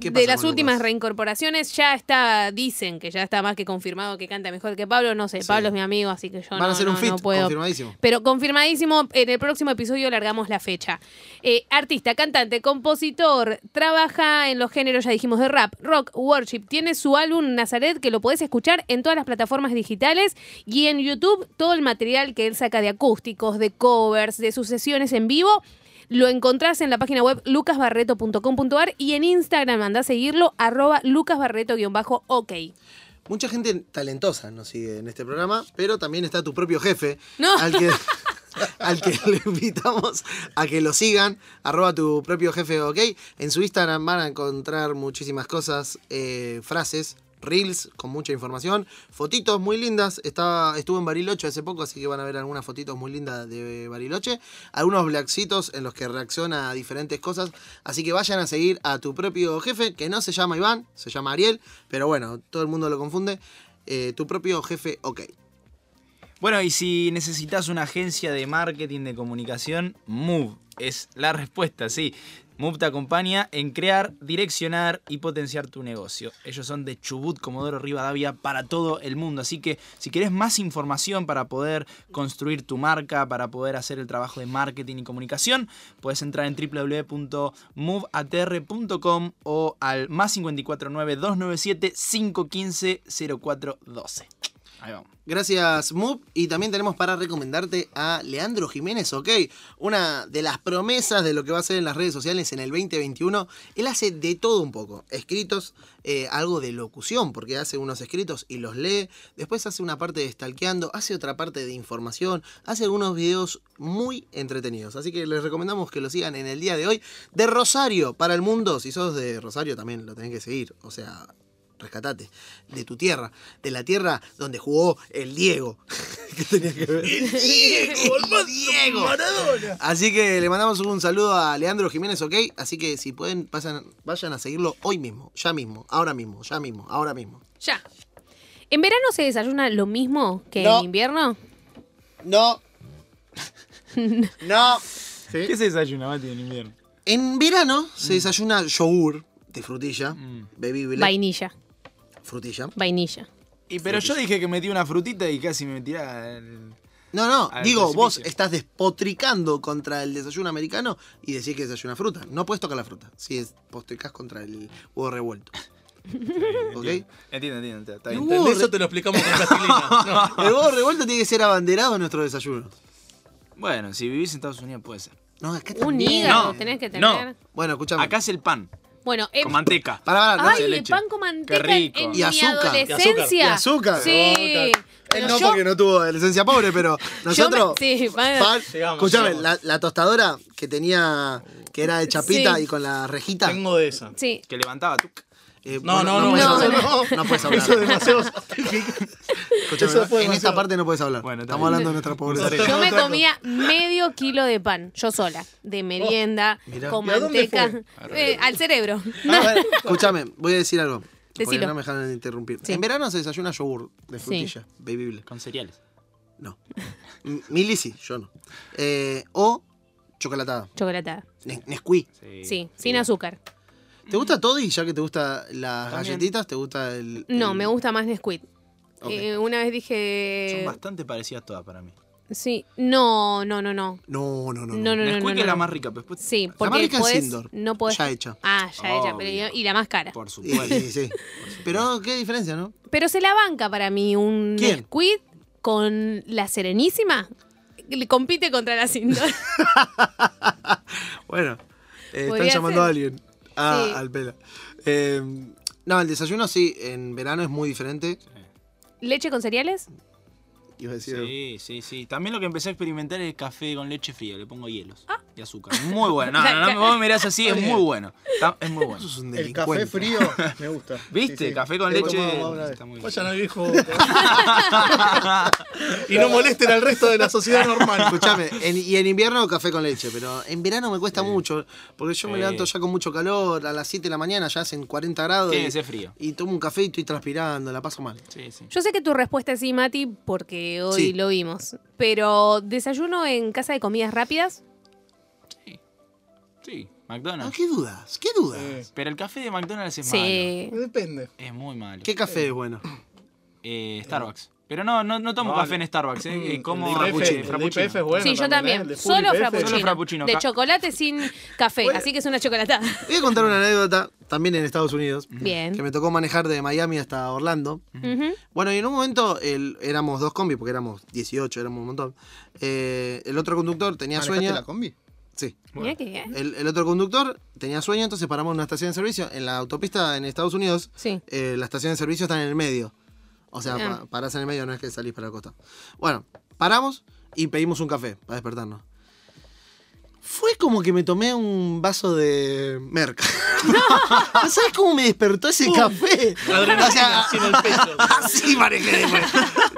Speaker 2: ¿Qué pasa
Speaker 4: Eh, de las
Speaker 2: con
Speaker 4: últimas
Speaker 2: Lucas?
Speaker 4: reincorporaciones ya está, dicen que ya está más que confirmado que canta mejor que Pablo. No sé, Pablo es mi amigo, así que yo
Speaker 2: Van
Speaker 4: no,
Speaker 2: a hacer
Speaker 4: no-
Speaker 2: un fit,
Speaker 4: no puedo.
Speaker 2: confirmadísimo.
Speaker 4: Pero confirmadísimo, en el próximo episodio largamos la fecha. Eh, artista, cantante, compositor, trabaja en los géneros, ya dijimos, de rap, rock, worship. Tiene su álbum Nazaret que lo podés escuchar en todas las plataformas digitales y en YouTube todo el material que él saca de acústicos, de covers, de sus sesiones en vivo. Lo encontrás en la página web lucasbarreto.com.ar y en Instagram andá a seguirlo, arroba lucasbarreto-ok.
Speaker 2: Mucha gente talentosa nos sigue en este programa, pero también está tu propio jefe,
Speaker 4: No.
Speaker 2: al, que, al que le invitamos a que lo sigan, arroba tu propio jefe, ok. En su Instagram van a encontrar muchísimas cosas, eh, frases, reels con mucha información, fotitos muy lindas. Estaba, estuve en Bariloche hace poco, así que van a ver algunas fotitos muy lindas de Bariloche. Algunos blackcitos en los que reacciona a diferentes cosas. Así que vayan a seguir a tu propio jefe, que no se llama Iván, se llama Ariel, pero bueno, todo el mundo lo confunde. Eh, tu propio jefe, ok.
Speaker 6: Bueno, y si necesitas una agencia de marketing de comunicación, Move es la respuesta, sí. Move te acompaña en crear, direccionar y potenciar tu negocio. Ellos son de Chubut, Comodoro, Rivadavia, para todo el mundo. Así que si querés más información para poder construir tu marca, para poder hacer el trabajo de marketing y comunicación, puedes entrar en www.moveatr.com o al más 549 297 515 0412. Ahí vamos.
Speaker 2: Gracias, Mub. Y también tenemos para recomendarte a Leandro Jiménez, ok. Una de las promesas de lo que va a hacer en las redes sociales en el 2021. Él hace de todo un poco. Escritos, eh, algo de locución, porque hace unos escritos y los lee. Después hace una parte de stalkeando, hace otra parte de información. Hace algunos videos muy entretenidos. Así que les recomendamos que lo sigan en el día de hoy. De Rosario para el mundo. Si sos de Rosario también lo tenés que seguir. O sea, rescatate, de tu tierra, de la tierra donde jugó el Diego. ¿Qué tenía que ver? El Diego, Diego. Así que le mandamos un saludo a Leandro Jiménez, ok. Así que si pueden, pasan, vayan a seguirlo hoy mismo, ya mismo, ahora mismo, ya mismo, ahora mismo.
Speaker 4: Ya. ¿En verano se desayuna lo mismo que
Speaker 2: No.
Speaker 4: en invierno?
Speaker 2: No. no.
Speaker 6: ¿Qué se desayuna, Mati, en invierno?
Speaker 2: En verano se desayuna yogur de frutilla, bebible,
Speaker 4: Vainilla,
Speaker 2: frutilla.
Speaker 4: vainilla.
Speaker 6: Y pero yo dije que metí una frutita y casi me tiraba el...
Speaker 2: No, no,
Speaker 6: Al
Speaker 2: digo, vos
Speaker 6: precipicio.
Speaker 2: estás despotricando contra el desayuno americano y decís que desayuna fruta. No puedes tocar la fruta si es, postricás contra el huevo revuelto. ¿Ok?
Speaker 6: Entiendo, entiendo, entiendo, está bien.
Speaker 5: ¿Entendés? Eso te lo explicamos con plastilina.
Speaker 2: El huevo revuelto tiene que ser abanderado en nuestro desayuno.
Speaker 6: Bueno, si vivís en Estados Unidos puede ser.
Speaker 2: No, acá
Speaker 4: Un
Speaker 2: también.
Speaker 4: hígado
Speaker 6: No,
Speaker 4: tenés que
Speaker 6: no.
Speaker 4: tener.
Speaker 2: Bueno, escuchame.
Speaker 6: Acá es el pan,
Speaker 4: Bueno, eh,
Speaker 6: con manteca.
Speaker 2: Pará, pará, no,
Speaker 4: Ay,
Speaker 2: de
Speaker 4: el
Speaker 2: leche.
Speaker 4: pan con manteca
Speaker 6: Qué rico.
Speaker 4: en
Speaker 2: Y
Speaker 4: mi
Speaker 2: azúcar. Y
Speaker 4: adolescencia.
Speaker 2: Y azúcar.
Speaker 4: Sí.
Speaker 2: Él
Speaker 4: Pero
Speaker 2: no
Speaker 4: yo-
Speaker 2: porque no tuvo adolescencia pobre, pero nosotros.
Speaker 4: me- sí, van a-
Speaker 2: pan-
Speaker 5: Llegamos,
Speaker 2: escuchame,
Speaker 5: llegamos.
Speaker 2: la, la tostadora que tenía, que era de chapita
Speaker 4: Sí.
Speaker 2: y con la rejita.
Speaker 5: Tengo de esa.
Speaker 4: Sí.
Speaker 6: Que levantaba tú.
Speaker 2: eh,
Speaker 5: No,
Speaker 2: vos
Speaker 5: no, no,
Speaker 2: puedes
Speaker 4: no,
Speaker 2: hablar.
Speaker 5: no.
Speaker 2: no puedes hablar.
Speaker 5: Eso es demasiado.
Speaker 2: Escuchame,
Speaker 5: Eso
Speaker 2: no,
Speaker 5: fue
Speaker 2: en esta
Speaker 5: demasiado.
Speaker 2: parte no puedes hablar.
Speaker 6: Bueno, está
Speaker 2: Estamos
Speaker 6: bien.
Speaker 2: hablando de nuestra pobreza.
Speaker 4: Yo me comía medio kilo de pan, yo sola, de merienda,
Speaker 2: Oh, mirá.
Speaker 4: con
Speaker 5: ¿Y a dónde
Speaker 4: manteca, Eh, al cerebro.
Speaker 2: Escúchame, voy a decir algo. porque
Speaker 4: Decilo.
Speaker 2: no me dejan interrumpir. En verano se desayuna yogur de frutilla, bebible.
Speaker 6: Con cereales.
Speaker 2: No. M- Mili sí, yo no. Eh, o chocolatada.
Speaker 4: Chocolatada,
Speaker 2: Ne- Nesquik.
Speaker 6: Sí.
Speaker 4: sí, sin azúcar.
Speaker 2: ¿Te gusta Toddy? Ya que te gustan las
Speaker 6: También.
Speaker 2: galletitas, ¿te gusta el.
Speaker 4: No,
Speaker 2: el-
Speaker 4: me gusta más Nesquik.
Speaker 2: Ok.
Speaker 4: Eh, una vez
Speaker 6: Son
Speaker 4: dije...
Speaker 6: bastante parecidas todas para mí.
Speaker 4: Sí, no, no, no, no.
Speaker 2: No, no, no.
Speaker 4: No, no, no.
Speaker 6: Nesquik
Speaker 4: no,
Speaker 6: es la
Speaker 4: no.
Speaker 6: más rica, pero después...
Speaker 4: Sí,
Speaker 2: La
Speaker 4: porque
Speaker 2: más rica
Speaker 4: podés-
Speaker 2: es Sindor.
Speaker 4: no podés.
Speaker 2: Ya hecha.
Speaker 4: Ah, ya hecha,
Speaker 6: Obvio.
Speaker 4: pero- y la más cara.
Speaker 6: Por
Speaker 2: Sí,
Speaker 6: supuesto.
Speaker 2: sí, sí. Pero qué diferencia, ¿no?
Speaker 4: Pero se la banca para mí un
Speaker 2: ¿Quién?
Speaker 4: Nesquik con la Serenísima. Le compite contra la Sindor.
Speaker 2: Bueno, eh, están
Speaker 4: Podría
Speaker 2: llamando
Speaker 4: ser.
Speaker 2: a alguien. Ah,
Speaker 4: Sí.
Speaker 2: al pela. Eh, no, el desayuno sí, en verano es muy diferente.
Speaker 4: ¿Leche con cereales?
Speaker 2: Iba a decir. algo.
Speaker 6: Sí, sí, sí. También lo que empecé a experimentar es el café con leche fría. Le pongo hielos
Speaker 4: Ah.
Speaker 6: y azúcar. Muy bueno. No, no, no, vos me mirás así, es muy bueno. Está- Es muy bueno.
Speaker 2: Sos un
Speaker 7: El café
Speaker 2: delincuente.
Speaker 7: frío me gusta.
Speaker 6: ¿Viste?
Speaker 7: Sí, sí.
Speaker 6: Café con
Speaker 7: He
Speaker 6: leche.
Speaker 7: tomado una vez.
Speaker 6: Está muy bien.
Speaker 5: Vayan al viejo. y no molesten al resto de la sociedad normal.
Speaker 2: Escuchame, en- y en invierno café con leche, pero en verano me cuesta mucho, porque yo me
Speaker 6: Sí.
Speaker 2: levanto ya con mucho calor, a las 7 de la mañana ya hacen 40 grados.
Speaker 6: Tiene
Speaker 2: y,
Speaker 6: que ser frío.
Speaker 2: Y tomo un café y estoy transpirando, la paso mal.
Speaker 6: Sí, sí.
Speaker 4: Yo sé que tu respuesta es sí, Mati, porque hoy
Speaker 2: Sí.
Speaker 4: lo vimos. Pero desayuno en casa de comidas rápidas,
Speaker 6: Sí.
Speaker 2: Ah,
Speaker 6: McDonald's.
Speaker 2: ¿Qué dudas? ¿Qué dudas?
Speaker 5: Sí.
Speaker 6: Pero el café de McDonald's es malo.
Speaker 4: Sí.
Speaker 5: Depende.
Speaker 6: Es muy malo.
Speaker 2: ¿Qué café es bueno?
Speaker 6: Eh, Starbucks. Pero no, no, no tomo
Speaker 5: Vale.
Speaker 6: café en Starbucks, eh, eh, como
Speaker 5: el
Speaker 2: frappuccino,
Speaker 5: IPF
Speaker 6: frappuccino.
Speaker 5: es bueno.
Speaker 4: sí, yo
Speaker 5: ¿eh?
Speaker 4: también.
Speaker 5: El de full
Speaker 4: Solo
Speaker 5: IPF.
Speaker 4: frappuccino.
Speaker 6: Solo frappuccino.
Speaker 4: De
Speaker 6: Ca-
Speaker 4: chocolate sin café, así que es una chocolatada.
Speaker 2: Voy a contar una anécdota, también en Estados Unidos,
Speaker 4: Bien.
Speaker 2: que me tocó manejar de Miami hasta Orlando.
Speaker 6: Mm.
Speaker 4: Ujú.
Speaker 2: Bueno, y en un momento el- éramos dos combis, porque éramos 18, éramos un montón. Eh, el otro conductor tenía
Speaker 7: ¿Manejaste
Speaker 2: sueño.
Speaker 7: la combi?
Speaker 2: Sí.
Speaker 4: Mirá que bien.
Speaker 2: El, el otro conductor tenía sueño, entonces paramos en una estación de servicio. En la autopista en Estados Unidos,
Speaker 4: Sí.
Speaker 2: eh, la estación de servicio está en el medio. O sea,
Speaker 4: Ah.
Speaker 2: pa- parás en el medio, no es que salís para la costa. Bueno, paramos y pedimos un café para despertarnos. Fue como que me tomé un vaso de merca. ¿No sabes cómo me despertó ese café?
Speaker 5: Adrenalina
Speaker 2: O sea,
Speaker 5: así en el pecho.
Speaker 2: así manejé después.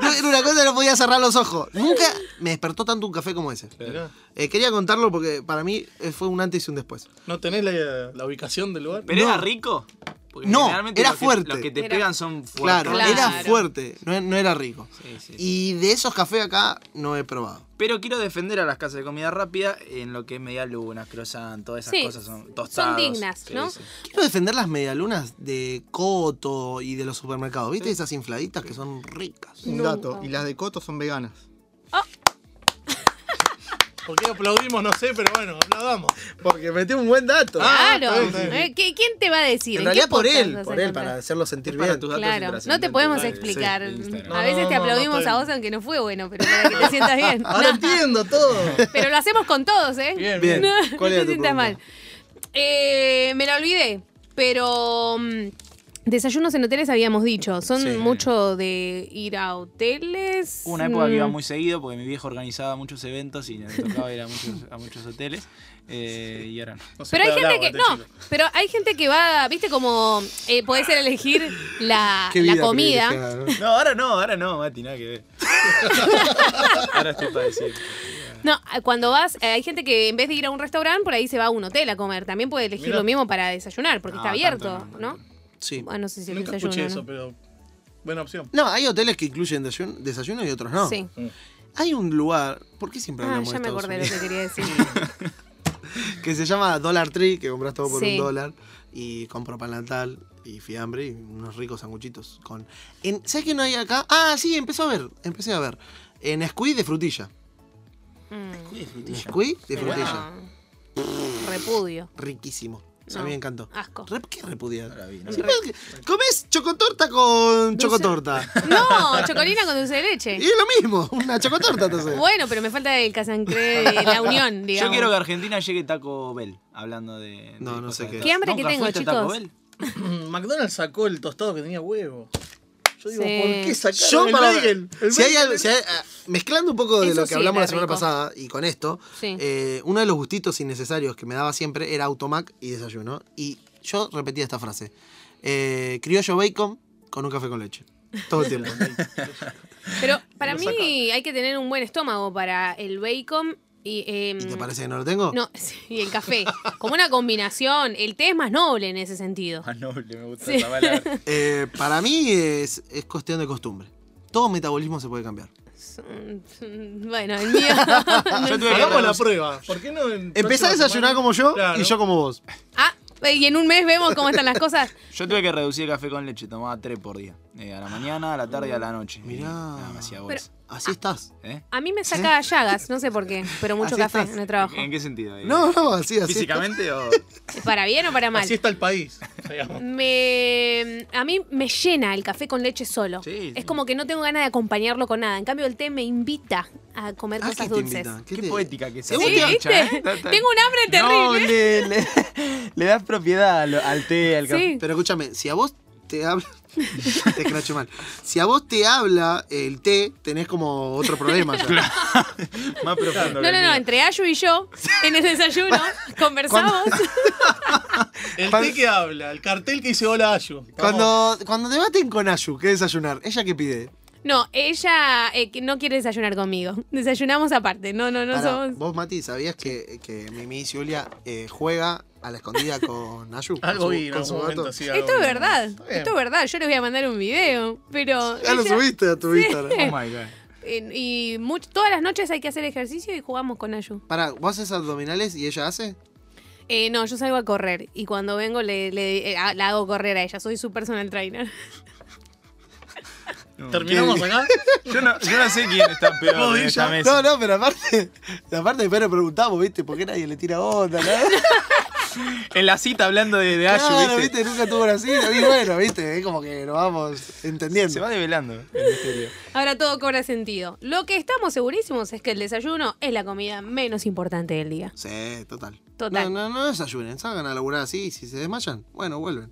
Speaker 2: No, Era una cosa que no podía cerrar los ojos. Nunca me despertó tanto un café como ese.
Speaker 5: Mirá,
Speaker 2: Eh, quería contarlo porque para mí eh, fue un antes y un después.
Speaker 5: ¿No tenés la, la ubicación del lugar?
Speaker 6: ¿Pero
Speaker 2: No.
Speaker 6: era rico? Porque
Speaker 2: No,
Speaker 6: generalmente
Speaker 2: era
Speaker 6: los que-
Speaker 2: fuerte.
Speaker 6: Los que te
Speaker 4: Era-
Speaker 6: pegan son fuertes.
Speaker 2: Claro,
Speaker 4: Claro.
Speaker 2: era fuerte, no, no era rico.
Speaker 6: Sí, sí, sí.
Speaker 2: Y de esos cafés acá no he probado.
Speaker 6: Pero quiero defender a las casas de comida rápida en lo que es media luna, croissant, todas esas
Speaker 4: Sí,
Speaker 6: cosas son
Speaker 4: son
Speaker 6: tostados.
Speaker 4: dignas, ¿no?
Speaker 2: Quiero defender las medialunas de Coto y de los supermercados. ¿Viste esas infladitas que son ricas?
Speaker 7: Un dato. Y las de Coto son veganas.
Speaker 5: ¿Por qué aplaudimos? No sé, pero bueno, aplaudamos.
Speaker 2: Porque metí un buen dato.
Speaker 6: Ah,
Speaker 4: Claro.
Speaker 5: está bien, está bien.
Speaker 4: Eh, ¿qué- ¿Quién te va a decir?
Speaker 2: en
Speaker 4: ¿En qué
Speaker 2: realidad por
Speaker 4: podcast
Speaker 2: él,
Speaker 4: vas a
Speaker 2: por él,
Speaker 4: encontrar?
Speaker 2: para hacerlo sentir
Speaker 6: Es para
Speaker 2: bien.
Speaker 6: tus datos
Speaker 4: Claro, no te
Speaker 6: trascendentes,
Speaker 4: podemos
Speaker 6: vale,
Speaker 4: explicar.
Speaker 6: sí, de Instagram.
Speaker 4: a
Speaker 5: No,
Speaker 4: veces
Speaker 5: no,
Speaker 4: te
Speaker 5: no,
Speaker 4: aplaudimos
Speaker 5: está
Speaker 4: a
Speaker 5: bien.
Speaker 4: vos aunque no fue bueno, pero para que te sientas bien.
Speaker 5: Ahora
Speaker 4: No,
Speaker 5: entiendo todo.
Speaker 4: pero lo hacemos con todos, ¿eh?
Speaker 5: Bien,
Speaker 2: Bien.
Speaker 5: bien.
Speaker 4: No, no
Speaker 2: ¿Cuál era
Speaker 4: te
Speaker 2: tu
Speaker 4: sientas
Speaker 2: pregunta?
Speaker 4: mal. Eh, me la olvidé, pero mm, desayunos en hoteles habíamos dicho. Son
Speaker 6: Sí.
Speaker 4: mucho de ir a hoteles.
Speaker 6: Hubo una época que iba
Speaker 4: mm,
Speaker 6: muy seguido porque mi viejo organizaba muchos eventos y nos tocaba ir a muchos, a muchos hoteles. eh, Y ahora no.
Speaker 5: No sé,
Speaker 4: Pero hay
Speaker 5: te
Speaker 4: gente
Speaker 5: hablaba
Speaker 4: que.
Speaker 5: de este
Speaker 4: No,
Speaker 5: chico.
Speaker 4: pero hay gente que va, viste, como eh, podés elegir la,
Speaker 2: Qué
Speaker 4: la
Speaker 2: vida
Speaker 4: comida.
Speaker 2: privilegiada, ¿no?
Speaker 6: No, ahora no, ahora no, Mati, nada que ver. ahora estoy para decir.
Speaker 4: No, cuando vas, eh, hay gente que en vez de ir a un restaurante, por ahí se va a un hotel a comer. También puede elegir
Speaker 5: Mirá.
Speaker 4: lo mismo para desayunar, porque
Speaker 6: No,
Speaker 4: está abierto,
Speaker 6: tanto
Speaker 4: ¿no?
Speaker 6: no.
Speaker 2: Sí.
Speaker 4: Ah, no sé si el
Speaker 5: Nunca
Speaker 4: desayuno.
Speaker 5: escuché
Speaker 4: ¿no?
Speaker 5: eso, pero buena opción.
Speaker 2: No, hay hoteles que incluyen desayun- desayuno y otros no.
Speaker 4: Sí.
Speaker 2: Hay un lugar, ¿por qué siempre
Speaker 4: Ah,
Speaker 2: hablamos de
Speaker 4: ya me
Speaker 2: Estados
Speaker 4: acordé lo
Speaker 2: Unidos?
Speaker 4: que quería decir.
Speaker 2: que se llama Dollar Tree, que compras todo por
Speaker 4: Sí.
Speaker 2: un dólar y compro pan natal y fiambre y unos ricos sanguchitos con en, ¿Sabes qué no hay acá? Ah, sí, empezó a ver, empecé a ver. En Squid de frutilla. Squid de
Speaker 4: Pero
Speaker 2: frutilla.
Speaker 4: Mm. no. Repudio.
Speaker 2: Riquísimo. A
Speaker 4: Ah. No.
Speaker 2: mí me encantó.
Speaker 4: Asco.
Speaker 2: Re- ¿Qué repudiar?
Speaker 6: vi, no
Speaker 2: Siempre que- Comés chocotorta con chocotorta.
Speaker 4: No, chocolina con dulce de leche.
Speaker 2: Y es lo mismo, una chocotorta entonces.
Speaker 4: Bueno, pero me falta el casancré de la unión, digamos.
Speaker 6: Yo quiero que a Argentina llegue Taco Bell, hablando de.
Speaker 2: No,
Speaker 6: de
Speaker 2: no
Speaker 6: cosas
Speaker 2: sé qué
Speaker 6: de-
Speaker 2: es.
Speaker 4: Qué hambre que
Speaker 6: ¿Nunca
Speaker 4: tengo,
Speaker 6: fuiste a Taco
Speaker 4: chicos.
Speaker 6: Bell?
Speaker 5: McDonald's sacó el tostado que tenía huevo. Yo digo,
Speaker 4: Sí.
Speaker 5: ¿por qué sacaron
Speaker 2: Yo
Speaker 5: el
Speaker 2: para
Speaker 5: bagel? El
Speaker 2: si hay
Speaker 5: bagel
Speaker 2: algo- si hay- ah, mezclando un poco de
Speaker 4: Eso
Speaker 2: lo que
Speaker 4: sí
Speaker 2: hablamos
Speaker 4: era
Speaker 2: la semana
Speaker 4: rico.
Speaker 2: pasada y con esto,
Speaker 4: Sí.
Speaker 2: eh, uno de los gustitos innecesarios que me daba siempre era automac y desayuno. Y yo repetía esta frase: eh, criollo bacon con un café con leche. Todo el tiempo.
Speaker 4: Pero para mí hay que tener un buen estómago para el bacon y. eh,
Speaker 2: ¿Y te parece que no lo tengo?
Speaker 4: No, sí, y el café. Como una combinación. El té es más noble en ese sentido.
Speaker 6: Ah, noble, me gusta esa palabra.
Speaker 2: Eh, para mí es, es cuestión de costumbre. Todo metabolismo se puede cambiar.
Speaker 4: Bueno, el mío.
Speaker 6: Ah, Yo tuve que
Speaker 5: Hagamos la
Speaker 6: hablar-
Speaker 5: prueba. ¿Por qué no? en
Speaker 2: Empezá a
Speaker 5: próxima
Speaker 2: desayunar
Speaker 5: semana?
Speaker 2: como yo
Speaker 5: Claro.
Speaker 2: y yo como vos.
Speaker 4: Ah, y en un mes vemos cómo están las cosas.
Speaker 6: Yo tuve que reducir el café con leche, tomaba tres por día. Eh, a la mañana, a la tarde y a la noche.
Speaker 2: Mirá.
Speaker 6: Y nada, me hacía bolsa.
Speaker 2: Así estás.
Speaker 6: ¿Eh?
Speaker 4: A mí me saca llagas, no sé por qué, pero mucho
Speaker 2: Así
Speaker 4: café
Speaker 2: estás.
Speaker 4: en el trabajo.
Speaker 7: Mm.
Speaker 6: ¿En qué sentido? Eh,
Speaker 2: No, no, así, así.
Speaker 6: ¿Físicamente o.?
Speaker 4: ¿Para bien o para mal?
Speaker 5: Así está el país. digamos.
Speaker 4: Me, a mí me llena el café con leche solo.
Speaker 6: Sí,
Speaker 4: es
Speaker 6: sí.
Speaker 4: como que no tengo ganas de acompañarlo con nada. En cambio, el té me invita a comer
Speaker 2: Ah, ¿qué
Speaker 4: cosas
Speaker 2: te
Speaker 4: dulces.
Speaker 2: invitan?
Speaker 6: Qué
Speaker 2: te-
Speaker 6: poética que se
Speaker 4: Sí, ¿viste? Tengo un hambre terrible.
Speaker 6: le, le- le das propiedad al, al té, al
Speaker 4: Sí.
Speaker 2: Pero escúchame, si a vos te habla. te escraché mal. Si a vos te habla el té, tenés como otro problema. ya.
Speaker 6: Más profundo.
Speaker 4: No, no, no, entre Ayu y yo, en el desayuno, conversamos.
Speaker 5: El té que habla, el cartel que dice hola Ayu. Vamos.
Speaker 2: Cuando, cuando debaten con Ayu, ¿qué desayunar? ¿Ella qué pide?
Speaker 4: No, ella eh, que no quiere desayunar conmigo. Desayunamos aparte. No, no, no
Speaker 2: Pará,
Speaker 4: somos.
Speaker 2: Vos, Mati, ¿sabías que, que Mimi y Julia eh, juega a la escondida con Ayu? Con
Speaker 5: Algo
Speaker 2: su-
Speaker 5: vi en
Speaker 2: con
Speaker 5: algún
Speaker 2: su
Speaker 5: momento,
Speaker 2: gato.
Speaker 5: sí, algo
Speaker 4: Esto es
Speaker 5: vi.
Speaker 4: verdad.
Speaker 5: Está bien.
Speaker 4: Esto es verdad. Yo les voy a mandar un video. Pero.
Speaker 2: Ya lo
Speaker 4: ella-
Speaker 2: subiste a tu Instagram.
Speaker 6: Oh my god.
Speaker 4: en- y much- todas las noches hay que hacer ejercicio y jugamos con Ayu.
Speaker 2: Pará, ¿vos haces abdominales y ella hace?
Speaker 4: Eh, no, yo salgo a correr y cuando vengo le, le- eh, a- la hago correr a ella. Soy su personal trainer.
Speaker 5: ¿Terminamos acá?
Speaker 6: Yo no, yo no sé quién está peor en esta mesa.
Speaker 2: No, no, pero aparte, aparte después nos preguntamos, ¿viste? ¿Por qué nadie le tira onda? ¿no?
Speaker 6: En la cita hablando de, de Ayu,
Speaker 2: Claro,
Speaker 6: ¿viste?
Speaker 2: ¿viste? Nunca tuvo una cita. Y bueno, ¿viste? Es como que nos vamos
Speaker 6: Se
Speaker 2: entendiendo.
Speaker 6: va develando el misterio.
Speaker 4: Ahora todo cobra sentido. Lo que estamos segurísimos es que el desayuno es la comida menos importante del día.
Speaker 2: Sí, total.
Speaker 4: Total.
Speaker 2: No, no, no desayunen, salgan a laburar así. Si se desmayan, bueno, vuelven.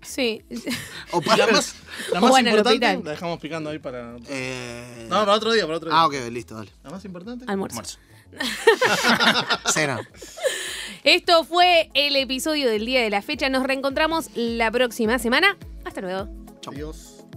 Speaker 4: Sí.
Speaker 2: O
Speaker 5: La
Speaker 2: paran-
Speaker 5: más, la
Speaker 4: O
Speaker 5: más
Speaker 4: bueno, al
Speaker 5: importante
Speaker 4: hospital.
Speaker 5: la dejamos picando ahí para.
Speaker 2: Eh,
Speaker 5: No, para otro día, para otro día.
Speaker 2: Ah, ok, Ah, listo, dale.
Speaker 5: La más importante.
Speaker 4: Almuerzo.
Speaker 6: Almuerzo.
Speaker 2: Cena.
Speaker 4: Esto fue el episodio del día de la fecha. Nos reencontramos la próxima semana. Hasta luego.
Speaker 7: Adiós.